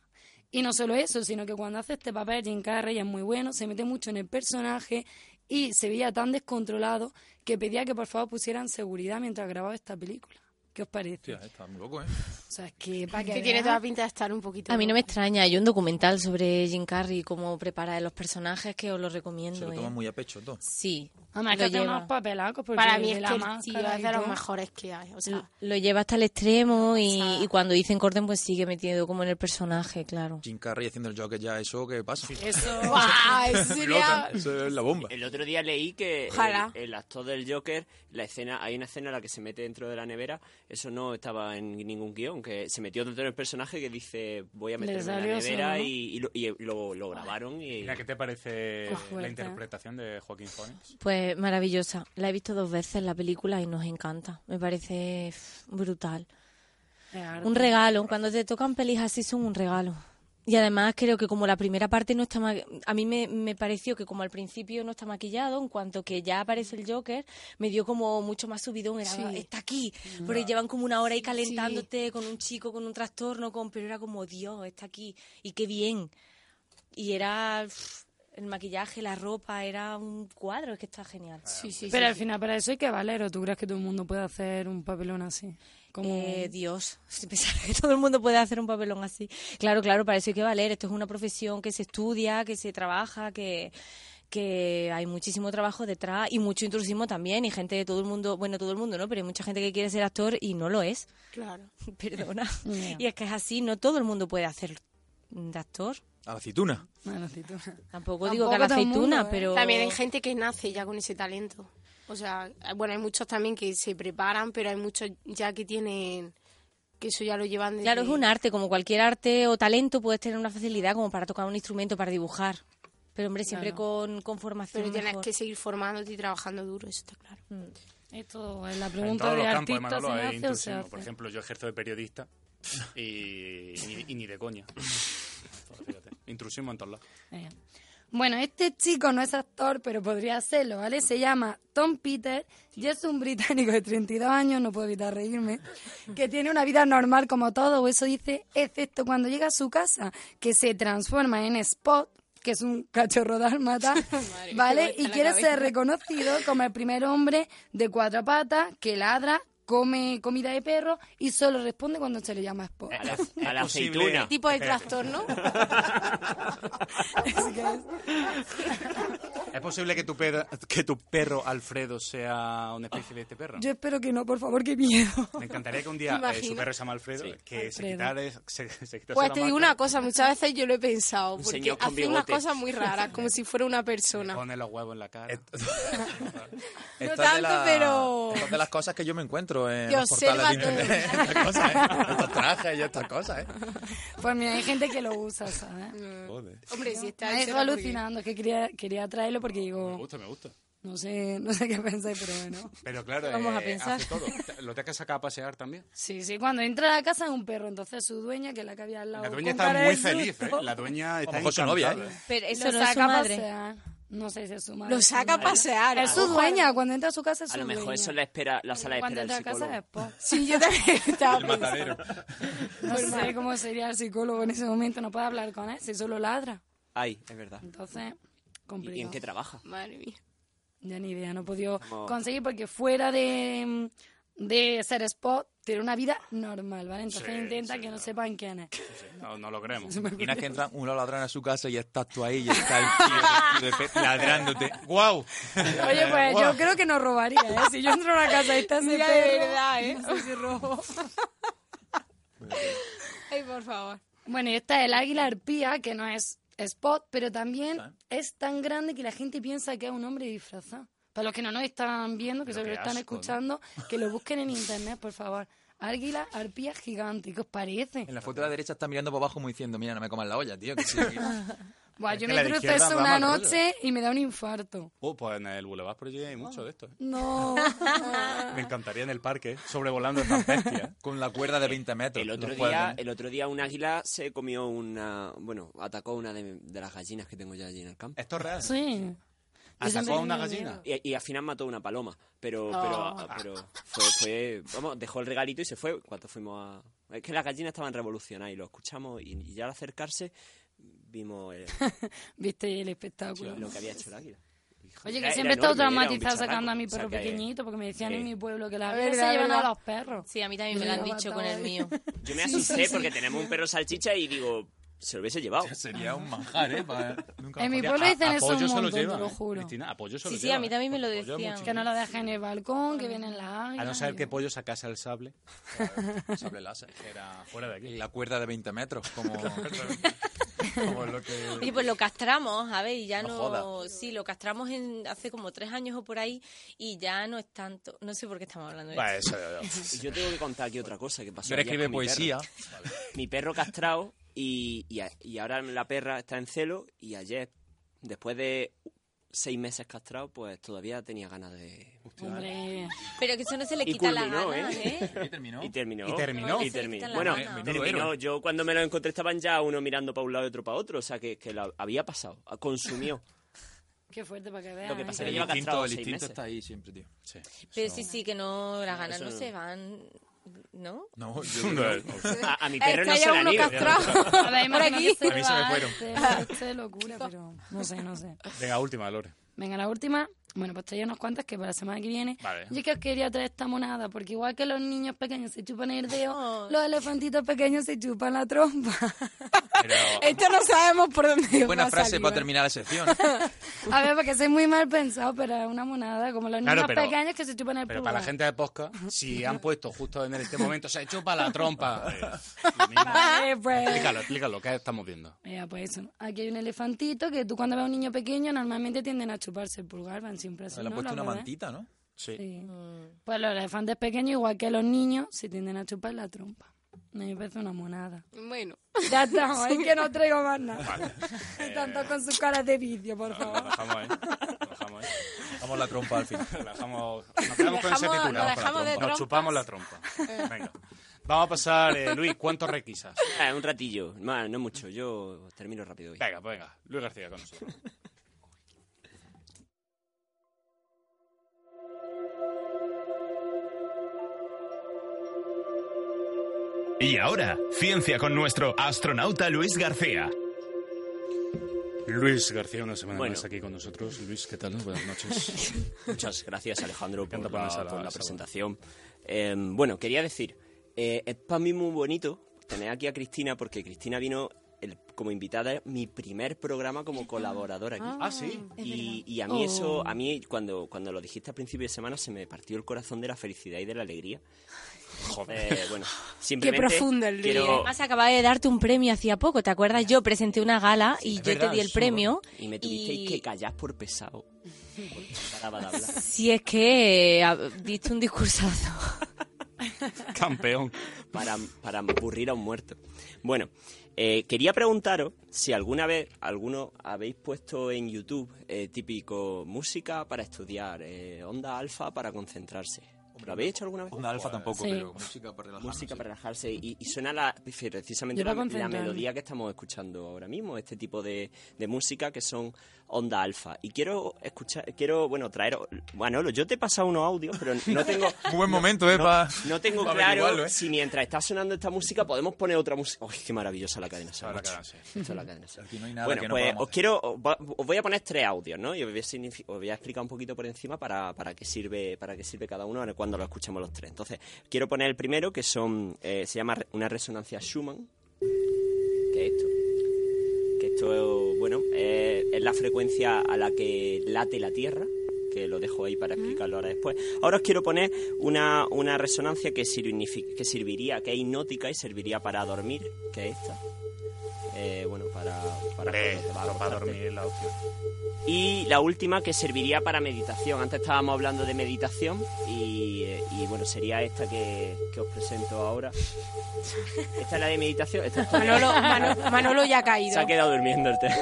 O: Y no solo eso, sino que cuando hace este papel Jim Carrey es muy bueno, se mete mucho en el personaje y se veía tan descontrolado que pedía que por favor pusieran seguridad mientras grababa esta película. ¿Qué os parece?
F: Hostia, está muy loco, ¿eh?
O: O sea, es que para que.
P: Que tiene
O: veas-
P: toda pinta de estar un poquito.
H: A mí no me extraña, hay un documental sobre Jim Carrey, cómo prepara los personajes, que os lo recomiendo.
F: Se lo
H: ¿eh?
F: toma muy a pecho todo.
H: Sí.
O: Además, que
H: Lo
O: hace
H: lleva.
O: unos papelacos. porque
P: Para mí
O: de
P: es
O: la
P: que el tío
O: máscara
P: es
O: y
P: de los
O: todo.
P: mejores que hay. O sea,
H: Lo lleva hasta el extremo y, y cuando dicen corten, pues sigue metido como en el personaje, claro.
F: Jim Carrey haciendo el Joker ya, <laughs> ¿eso qué pasa?
O: Eso.
P: ¡Guau! Eso sería-
F: Eso es la bomba.
G: El otro día leí que
P: Ojalá.
G: el, el actor del Joker, la escena, hay una escena en la que se mete dentro de la nevera, eso no estaba en ningún guión, que se metió dentro del personaje que dice voy a
O: Le
G: meterme en la
O: salió eso,
G: nevera
O: ¿no?
G: y, y lo, y lo- lo grabaron y...
E: Mira, ¿qué te parece
O: Qué fuerte. ¿eh?
E: la interpretación de Joaquín Phoenix?
H: Pues maravillosa. La he visto dos veces la película y nos encanta. Me parece pff, brutal.
O: Es arte.
H: Un regalo. Cuando te tocan pelis así son un regalo. Y además creo que como la primera parte no está... ma- A mí me, me pareció que como al principio no está maquillado, en cuanto que ya aparece el Joker, me dio como mucho más subidón. Era, "Ah,
P: Sí. Mm.
H: está aquí. Porque llevan como una hora ahí
P: Sí.
H: calentándote con un chico, con un trastorno, con... Pero era como, Dios, está aquí. Y qué bien. Y era... pff, el maquillaje, la ropa, era un cuadro. Es que está genial.
P: Sí, sí,
O: Pero al final, para eso hay que valer. ¿O tú crees que todo el mundo puede hacer un papelón así? Como...
H: Eh, Dios, <laughs> si pensara que todo el mundo puede hacer un papelón así. Claro, claro, para eso hay que valer. Esto es una profesión que se estudia, que se trabaja, que, que hay muchísimo trabajo detrás y mucho intrusismo también. Y gente de todo el mundo, bueno, todo el mundo, ¿no? Pero hay mucha gente que quiere ser actor y no lo es. <laughs>
P: claro.
H: Perdona.
O: Ya.
H: Y es que es así, no todo el mundo puede hacer de actor.
F: A la aceituna.
O: Bueno, aceituna.
H: Tampoco digo que a la
O: Tampoco todo el mundo,
H: aceituna,
O: ¿eh?
H: pero.
P: También hay gente que nace ya con ese talento. O sea, bueno, hay muchos también que se preparan, pero hay muchos ya que tienen. que eso ya lo llevan desde.
H: Claro, es un arte, como cualquier arte o talento puedes tener una facilidad como para tocar un instrumento, para dibujar. Pero hombre, siempre con, con formación.
P: Pero tienes
H: mejor.
P: que seguir formándote y trabajando duro, eso está claro.
O: Esto es la
E: en
O: pregunta
E: todos
O: de
E: los campos, de
O: artista,
E: Manolo,
O: ¿se
E: es
O: hace o se
E: intrusismo.
O: hace?
E: Por ejemplo, yo ejerzo de periodista y, y- y ni de coña. Fíjate, <laughs> intrusismo en todos lados.
O: Eh. Bueno, este chico no es actor, pero podría hacerlo, ¿vale? Se llama Tom Peter y es un británico de 32 años, no puedo evitar reírme, que tiene una vida normal como todo, o eso dice, excepto cuando llega a su casa, que se transforma en Spot, que es un
H: <laughs>
O: cachorro dálmata, ¿vale?
P: vuelta
O: Y
P: la
O: quiere
P: cabeza.
O: ser reconocido como el primer hombre de cuatro patas que ladra, come comida de perro y solo responde cuando se le llama Spot.
G: <laughs> A la, a la
E: posible.
G: aceituna.
P: Tipo de trastorno.
O: <laughs> Así que es-
E: ¿Es posible que tu, per- que tu perro Alfredo sea una especie de este perro?
O: Yo espero que no, por favor, qué miedo.
E: Me encantaría que un día
P: Me
E: eh, su
P: imagino.
E: perro se llama Alfredo, que se
O: Alfredo.
E: quitara, se, se quitase
P: Pues
E: la
P: te digo
E: máscara,
P: una cosa, muchas veces yo lo he pensado,
G: Un
P: porque
G: señor con
P: hace unas
G: bigote.
P: cosas muy raras, como si fuera una persona.
E: Pone los huevos en la cara.
F: Esto es de
P: tanto,
F: la-
P: pero-
F: esto es de las cosas que yo me encuentro en
P: Que
F: los portales
P: observa
F: de internet.
P: todo.
F: <laughs> Estas cosas, ¿eh? Estos trajes y estas cosas, ¿eh?
O: Pues mira, hay gente que lo usa, ¿sabes?
P: Hombre, si está
O: Me
P: hecho
O: dejó
P: la hamburguesa.
O: alucinando, es que quería, quería traerlo porque
E: <laughs> Me
O: digo,
E: gusta, me gusta.
O: no sé, no sé qué pensáis, pero bueno.
E: Pero claro,
O: Vamos a
E: eh,
O: pensar.
E: hace todo. Te- Lo tienes que sacar a pasear también.
O: Sí, sí, cuando entra a la casa es un perro, entonces su dueña, que es la que había al lado.
E: La dueña
O: con
E: está
O: cara de
E: muy
O: susto,
E: feliz, ¿eh? La dueña está
F: mejor su novia,
E: encantada.
H: Pero eso
O: lo
H: no es su
O: saca a
H: madre.
O: pasear. No sé si es su madre.
P: Lo saca a pasear.
O: Es su
P: ojo.
O: dueña, cuando entra a su casa es su
G: A lo mejor
O: dueña.
G: eso es la, espera, la sala de
O: Cuando
G: espera
O: entra
G: del
O: a casa
G: psicólogo.
O: es po.
P: Sí, yo también estaba
F: El
P: pensando.
F: matadero.
O: No sé cómo sería el psicólogo en ese momento, no puede hablar con él, si solo ladra.
G: Ay, es verdad.
O: Entonces, complicado.
G: ¿Y en qué trabaja?
P: Madre mía.
O: Ya ni idea, no he podido
G: Como-
O: conseguir porque fuera de, de ser spot tiene una vida normal, ¿vale? Entonces
E: Sí,
O: intenta
E: sí,
O: que no sepan quién es.
E: No, no lo creemos.
F: Y no es que entran unos ladrones a su casa y estás tú ahí y está el
O: <laughs>
F: tío, de- de pe- ladrándote. ¡Guau!
O: Oye, pues
F: Guau.
O: yo creo que no robaría, ¿eh? Si yo entro a una casa y está ese
P: Mira, de
O: perro,
P: verdad, ¿eh?
O: no sé si robo.
P: <laughs> Ay, por favor.
O: Bueno, y está el águila arpía, que no es spot, pero también es tan grande que la gente piensa que es un hombre disfrazado. Para los que no nos están viendo, que
E: Pero
O: solo lo
E: qué
O: están
E: asco,
O: escuchando, que lo busquen en internet, por favor. Águila arpía gigante, ¿qué os parece?
F: En la foto de la derecha está mirando por abajo como diciendo, mira, no me comas la olla, tío. Que sí, que-
O: Buah,
E: Es
O: yo
E: que
O: me
E: la de
O: cruzo
E: izquierda
O: eso
E: va
O: una
E: mal rollo.
O: noche y me da un infarto.
E: Oh, pues en el Boulevard por allí hay mucho de esto. ¿eh?
O: No.
E: Me encantaría en el parque, sobrevolando estas bestias.
F: <laughs> Con la cuerda de 20 metros.
G: El otro,
F: Los cuernos.
G: día, el otro día un águila se comió una... Bueno, atacó una de, de las gallinas que tengo ya allí en el campo.
E: Esto es
O: <laughs>
E: real.
O: Sí. Yo siempre
E: ¿Atacó a una
O: tenía
E: gallina?
O: miedo.
G: Y, y al final mató una paloma. Pero, ah,
P: Oh.
G: pero, pero fue, fue- Vamos, dejó el regalito y se fue. Cuando fuimos a... Es que las gallinas estaban revolucionadas y lo escuchamos y, y ya al acercarse vimos el-
O: <laughs> Viste el espectáculo.
G: lo que había hecho el águila. Y
O: Oye, que
G: Era-
O: siempre he
G: era enorme,
O: estado
G: era un
O: traumatizada
G: bicharraco,
O: sacando a mi
G: o sea
O: perro
G: que-
O: pequeñito porque me decían
G: Sí.
O: en mi pueblo que las
H: Es
O: veces se
H: verdad,
O: llevan a
H: verdad.
O: los perros.
H: Sí, a mí también me lo han dicho con el mío.
G: Yo me
O: Sí,
G: asusté
O: sí, sí.
G: porque tenemos un perro salchicha y digo, se lo hubiese
F: <laughs>
G: llevado.
F: Sería un manjar,
O: <laughs>
F: ¿eh? Pa- nunca
O: En mi
F: mejor.
O: pueblo
E: ah,
F: A-
O: dicen eso
F: apoyo
O: un
F: se lo
O: montón,
F: lleva,
O: te lo
F: ¿eh?
O: juro.
E: Cristina, apoyo se
H: Sí,
E: lo
H: sí,
E: lleva, ¿eh?
H: a mí también me lo
E: Apoyo
H: decían.
E: mucho.
O: Que no lo dejan en el balcón, que vienen las
E: A no
O: águilas.
E: ser que Pollo sacase el <laughs> sable.
F: Sable láser, que era fuera de aquí. La cuerda de 20 metros,
O: <laughs>
F: como, como lo que...
E: <laughs>
H: Oye, pues lo castramos, a ver, y ya
F: No
H: no...
F: jodas.
H: sí, lo castramos en, hace como tres años o por ahí y ya no es tanto... No sé por qué estamos hablando de esto.
G: Yo tengo que contar aquí otra cosa que pasó.
F: Yo
G: ayer
F: escribe
G: con mi
F: poesía.
G: perro. Mi perro castrado y, y a- y ahora la perra está en celo y ayer, después de seis meses castrado, pues todavía tenía ganas de...
O: Hombre.
H: Pero que eso no se le
G: Y
H: quita la
G: culminó,
H: gana,
G: ¿eh?
H: ¿eh?
F: Y terminó.
G: Y terminó.
F: Y terminó.
G: Y
F: Se le
G: terminó.
F: quita la
G: Bueno,
F: gana. Menudo
G: terminó.
F: héroe.
G: Yo cuando me lo encontré estaban ya uno mirando para un lado y otro para otro. O sea, que, que la había pasado. Consumió.
O: Qué fuerte para que vean.
G: Lo que
O: ¿eh?
G: pasa es
F: El
G: que lleva
F: instinto-
G: castrado
F: el
G: seis
F: instinto
G: meses.
F: está ahí siempre, tío.
E: Sí.
H: Pero sí, sí, que no, las ganas
G: eso
H: no
G: no.
H: se van, ¿no?
F: No,
G: yo creo- A-
F: <laughs>
G: a mi perro
H: no se
G: han ido.
O: <laughs> A ver,
H: Por
O: imagino que
H: aquí.
O: se
E: A mí se me
O: va
E: fueron. <laughs>
O: antes, esto es locura, pero no sé,
H: <laughs>
O: no sé.
E: Venga, última, Lore.
O: Venga, la última. Bueno, pues traía unas cuantas que para la semana que viene.
E: Vale.
O: Yo es que os quería traer esta monada, porque igual que los niños pequeños se chupan el
H: Oh.
O: dedo, los elefantitos pequeños se chupan la trompa. <laughs> Esto no sabemos por dónde va
F: <laughs> Buena
O: a
F: frase
O: salir,
F: para
O: ¿eh?
F: terminar la sección.
O: A ver, porque soy muy mal pensado, pero es una monada, como los
E: Claro,
O: niños
E: pero-
O: pequeños que se chupan el
E: Pero para la
O: pulgar.
E: gente de Posca, si han puesto justo en este momento, se chupa la <laughs> trompa. Eh,
O: Vale, pues...
E: explícalo, explícalo, ¿qué estamos viendo?
O: Mira, pues eso. Aquí hay un elefantito que tú cuando ves a un niño pequeño normalmente tienden a chuparse el pulgar, van siempre así.
F: Le han
O: ¿no? ¿eh?
F: puesto
O: Los
F: una
O: bebés.
F: mantita, ¿no?
O: Sí.
H: Mm.
O: Pues los elefantes pequeños, igual que los niños, se tienden a chupar la trompa. A mí Me parece una monada.
P: Bueno. <laughs>
O: Ya está, es que no traigo más nada. <laughs>
E: Eh,
O: Tanto con sus caras de vicio, por
E: lo
O: favor.
E: dejamos ahí. Lo dejamos ahí.
F: Dejamos la trompa al final.
E: Lo dejamos, nos quedamos con ese
H: Dejamos-
E: titular.
H: lo dejamos de
E: Nos chupamos la trompa. Venga. Vamos a pasar, eh, Luis, ¿cuánto requisas?
G: Ah, un ratillo. No, no mucho. Yo termino rápido hoy.
E: Venga, pues venga. Luis García con nosotros.
B: Y ahora, ciencia con nuestro astronauta Luis García.
E: Luis García, una semana
G: Bueno.
E: más aquí con nosotros. Luis, ¿qué tal? Buenas <laughs> noches.
G: Muchas gracias, Alejandro, por
E: encanta
G: la,
E: ponerse a la-
G: por la
E: esa voz.
G: presentación. Eh, bueno, quería decir, eh, es para mí muy bonito tener aquí a Cristina, porque Cristina vino el- como invitada a mi primer programa como colaboradora aquí.
E: Ah, sí.
G: Y, y a mí
E: Oh.
G: eso, a mí cuando, cuando lo dijiste al principio de semana se me partió el corazón de la felicidad y de la alegría.
E: Joder.
G: Eh, bueno, simplemente
P: profundo el
G: quiero-
H: Y además acababa de darte un premio hacía poco, ¿te acuerdas? Yo presenté una gala y yo te di el premio.
G: Y me tuvisteis que callar por pesado. Porque no paraba de hablar.
H: Si es que eh, ah, diste un discursazo.
G: <laughs>
E: Campeón.
G: Para, para aburrir a un muerto. Bueno, eh, quería preguntaros si alguna vez, alguno habéis puesto en YouTube eh, típico música para estudiar, eh, onda alfa para concentrarse. ¿Lo habéis hecho alguna vez?
F: Onda alfa tampoco,
O: Sí.
F: pero música para relajarnos.
G: Música para relajarse y, y suena la, precisamente
O: Yo
G: la, la
O: para concentrarme.
G: melodía que estamos escuchando ahora mismo, este tipo de, de música que son onda alfa. Y quiero escuchar, quiero, bueno, traer, bueno, yo te he pasado unos audios, pero no tengo,
F: Muy buen momento, ¿eh? pa-
G: no tengo
F: pa
G: claro
F: averiguarlo, ¿eh?
G: si mientras está sonando esta música podemos poner otra música. ¡Ay, qué maravillosa la cadena! Ser,
E: Ahora
G: macho.
E: cada vez.
G: Esto es la cadena Ser.
F: Aquí no hay nada
G: bueno,
F: que no
G: pues
F: podamos
G: os quiero, os va- os voy a poner tres audios, ¿no? Y os voy a, signifi- os voy a explicar un poquito por encima para, para qué sirve, para qué sirve cada uno cuando lo escuchemos los tres. Entonces, quiero poner el primero que son, eh, se llama re- una resonancia Schumann, que es esto, que esto, bueno, eh, es la frecuencia a la que late la Tierra que lo dejo ahí para explicarlo ahora después. Ahora os quiero poner una, una resonancia que, signifi- que serviría, que es hipnótica y serviría para dormir, que es esta. Eh, bueno, para... Para,
E: Hombre,
G: cuando te vas a
E: para
G: acostarte.
E: dormir es la opción.
G: Y la última que serviría para meditación. Antes estábamos hablando de meditación y, eh, y, bueno, sería esta que, que os
P: <laughs>
G: presento ahora. Esta es la de meditación. Esta es- <laughs>
P: Manolo,
H: <laughs>
P: Mano- Manolo ya ha caído.
G: se ha quedado durmiendo el té. <laughs>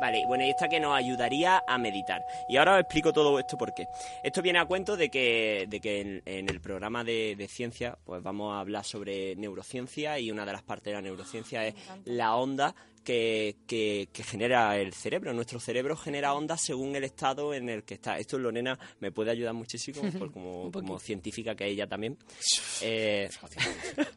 G: Vale, y bueno, y esta que nos ayudaría a meditar. Y ahora os explico todo esto por qué. Esto viene a cuento de que, de que en, en el programa de, de ciencia, pues vamos a hablar sobre neurociencia y una de las partes de la neurociencia es la onda que, que- que genera el cerebro. Nuestro cerebro genera ondas según el estado en el que está. Esto Lorena me puede ayudar muchísimo por como,
O: Un poquito.
G: como científica que ella también. Eh,
E: neurocientífico.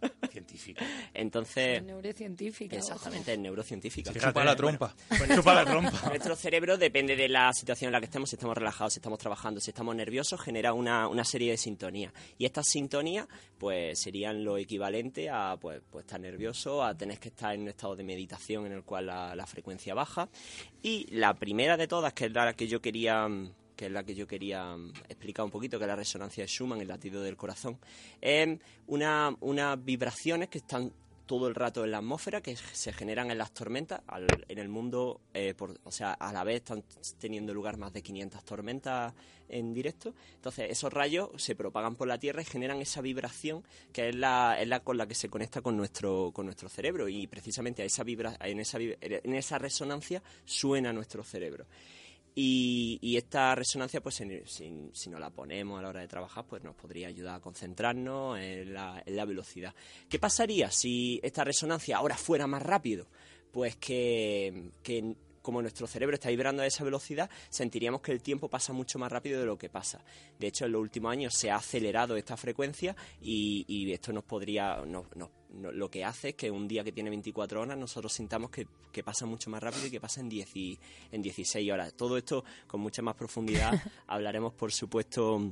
G: <laughs> Entonces,
O: Neurocientífica.
G: Exactamente, es neurocientífica.
E: Fíjate, Chupa la trompa.
G: bueno,
E: Pues chupa la trompa.
G: Nuestro cerebro depende de la situación en la que estemos, si estamos relajados, si estamos trabajando, si estamos nerviosos, genera una, una serie de sintonías. Y estas sintonías pues serían lo equivalente a pues, pues, estar nervioso, a tener que estar en un estado de meditación en el cual la, la frecuencia baja. Y la primera de todas, que es la que yo quería mm, que es la que yo quería mm, explicar un poquito, que es la resonancia de Schumann, el latido del corazón, es una, unas vibraciones que están todo el rato en la atmósfera que se generan en las tormentas al- en el mundo eh, por- o sea a la vez están teniendo lugar más de 500 tormentas en directo entonces esos rayos se propagan por la tierra y generan esa vibración que es la, es la con la que se conecta con nuestro con nuestro cerebro y precisamente a esa vibra en esa vib- en esa resonancia suena nuestro cerebro y, y esta resonancia, pues en- si, si no la ponemos a la hora de trabajar, pues nos podría ayudar a concentrarnos en la, en la velocidad. ¿Qué pasaría si esta resonancia ahora fuera más rápido? Pues que, que como nuestro cerebro está vibrando a esa velocidad, sentiríamos que el tiempo pasa mucho más rápido de lo que pasa. De hecho, en los últimos años se ha acelerado esta frecuencia y, y esto nos podría... nos- nos- no- lo que hace es que un día que tiene 24 horas nosotros sintamos que, que pasa mucho más rápido y que pasa en, 10 y- en 16 horas. Todo esto con mucha más profundidad hablaremos, por supuesto,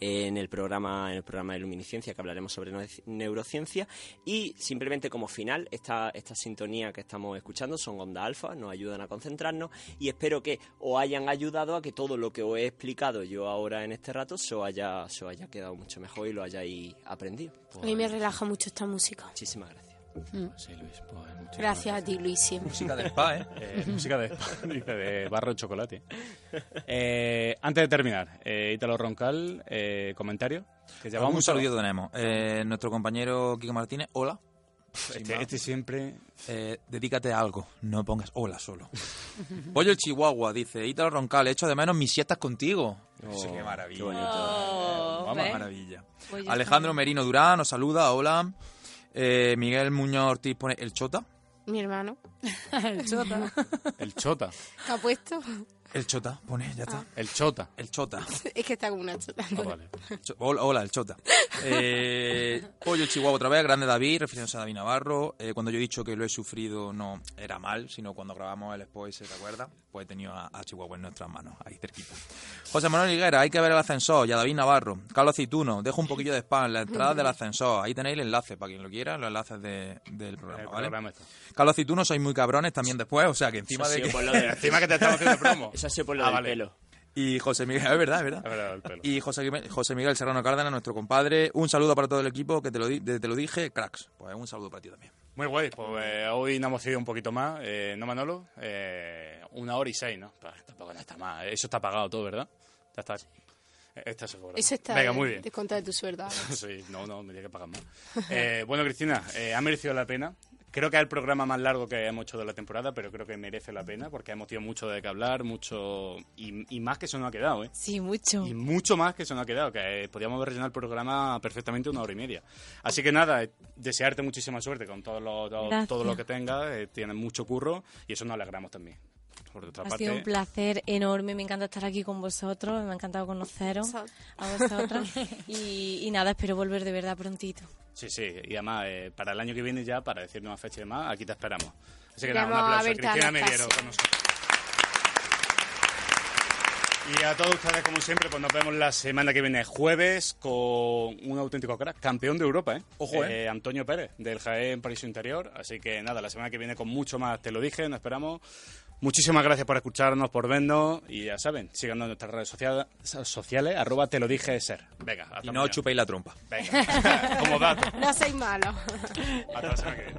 G: en el programa en el programa de luminiscencia que hablaremos sobre neu- neurociencia y simplemente como final esta, esta sintonía que estamos escuchando son onda alfa nos ayudan a concentrarnos y espero que os hayan ayudado a que todo lo que os he explicado yo ahora en este rato se os haya, se os haya quedado mucho mejor y lo hayáis aprendido
P: A mí me relaja mucho esta música.
G: muchísimas gracias
K: Sí, Luis, pues muchísimas
P: Gracias a ti, Luis, siempre.
E: Eh, música de <laughs> spa, dice, de barro y chocolate. <laughs> Eh, antes de terminar, eh, Ítalo Roncal, eh, comentario. Que llevamos
F: Un
E: mucho-
F: saludo tenemos. Eh, nuestro compañero Kiko Martínez, hola. Eh,
E: Este- este siempre.
F: dedícate a algo, no pongas
O: <laughs>
F: hola solo. Pollo el Chihuahua dice: Ítalo Roncal, echo de menos mis siestas contigo. Sí, qué maravilla.
G: qué bonito. Oh,
F: Vamos,
G: ¿ves?
F: maravilla.
G: Pues ya
F: Alejandro Merino Durán nos saluda, hola. Eh, Miguel Muñoz Ortiz pone el Chota.
P: Mi hermano.
O: El <laughs> chota.
E: El Chota.
P: ¿Qué ha puesto? <laughs>
F: El Chota, pone, ya está.
E: El <laughs> Chota.
F: El Chota.
P: Es que está como una chota.
E: Ah,
F: Cho- Hola, hola, el Chota. Eh, Pollo Chihuahua otra vez, grande David, refiriéndose a David Navarro. Eh, cuando yo he dicho que lo he sufrido, no era mal, sino cuando grabamos el spoiler, ¿te acuerdas? Pues he tenido a, a Chihuahua en nuestras manos, ahí cerquita. José Manuel Higuera, hay que ver el ascensor, ya David Navarro. Carlos Cituno, dejo un poquillo de spam en la entrada del ascensor. Ahí tenéis el enlace, para quien lo quiera, los enlaces de- del programa,
E: El
F: ¿vale?
E: programa está.
F: Carlos Cituno, sois muy cabrones también después, o sea que encima
G: Eso ha
F: de
G: sido
F: que...
G: por lo de-
E: <laughs> Eh, encima que te estamos haciendo promo.
G: Eso ha sido por lo
E: Ah,
G: del
E: vale.
G: pelo.
F: <laughs> Y José Miguel, es verdad, es verdad. Y José, Guime- José Miguel Serrano Cárdenas, nuestro compadre. Un saludo para todo el equipo, que te lo, di- de- te lo dije, cracks. Pues un saludo para ti también.
E: Muy guay, pues eh, hoy nos hemos ido un poquito más, eh, ¿no, Manolo? Eh, una hora y seis, ¿no? Pa- tampoco no está más. Eso está pagado todo, ¿verdad? Ya está. Eh, Está asegurado.
P: Eso está
E: Venga, muy bien.
P: desconta de tu sueldo.
E: <laughs> Sí, no, no, me tiene que pagar más. Eh, bueno, Cristina, eh, ha merecido la pena. Creo que es el programa más largo que hemos hecho de la temporada, pero creo que merece la pena porque hemos tenido mucho de qué hablar, mucho. Y, y más que eso no ha quedado, ¿eh?
H: Sí, mucho.
E: Y mucho más que eso no ha quedado, que eh, podíamos haber rellenado el programa perfectamente una hora y media. Así que nada, eh, desearte muchísima suerte con todo lo, todo,
H: Gracias.
E: todo lo que tengas, eh, tienes mucho curro y eso nos alegramos también. Por otra
H: Ha
E: parte,
H: sido un placer enorme, me encanta estar aquí con vosotros, me ha encantado conoceros a vosotros
P: <laughs>
H: y, y nada, espero volver de verdad prontito.
E: Sí, sí, y además eh, para el año que viene ya, para decir nuevas fechas y demás, aquí te esperamos. Así que nada, un
B: Vamos a
E: aplauso.
B: verte a
E: Cristina
B: Anastasia.
E: Mediero con nosotros. Y a todos ustedes, como siempre, pues nos vemos la semana que viene, jueves, con un auténtico crack, campeón de Europa, ¿eh?
F: Ojo, ¿eh?
E: Antonio Pérez, del Jaén Paraíso Interior. Así que nada, la semana que viene con mucho más, te lo dije, nos esperamos. Muchísimas gracias por escucharnos, por vernos y ya saben, síganos en nuestras redes sociales, sociales arroba te lo dije ser. Venga, hasta
F: Y no
E: mañana.
F: chupéis la trompa.
E: Venga, <laughs> como dato.
P: No sois malos.
E: Hasta la semana que viene.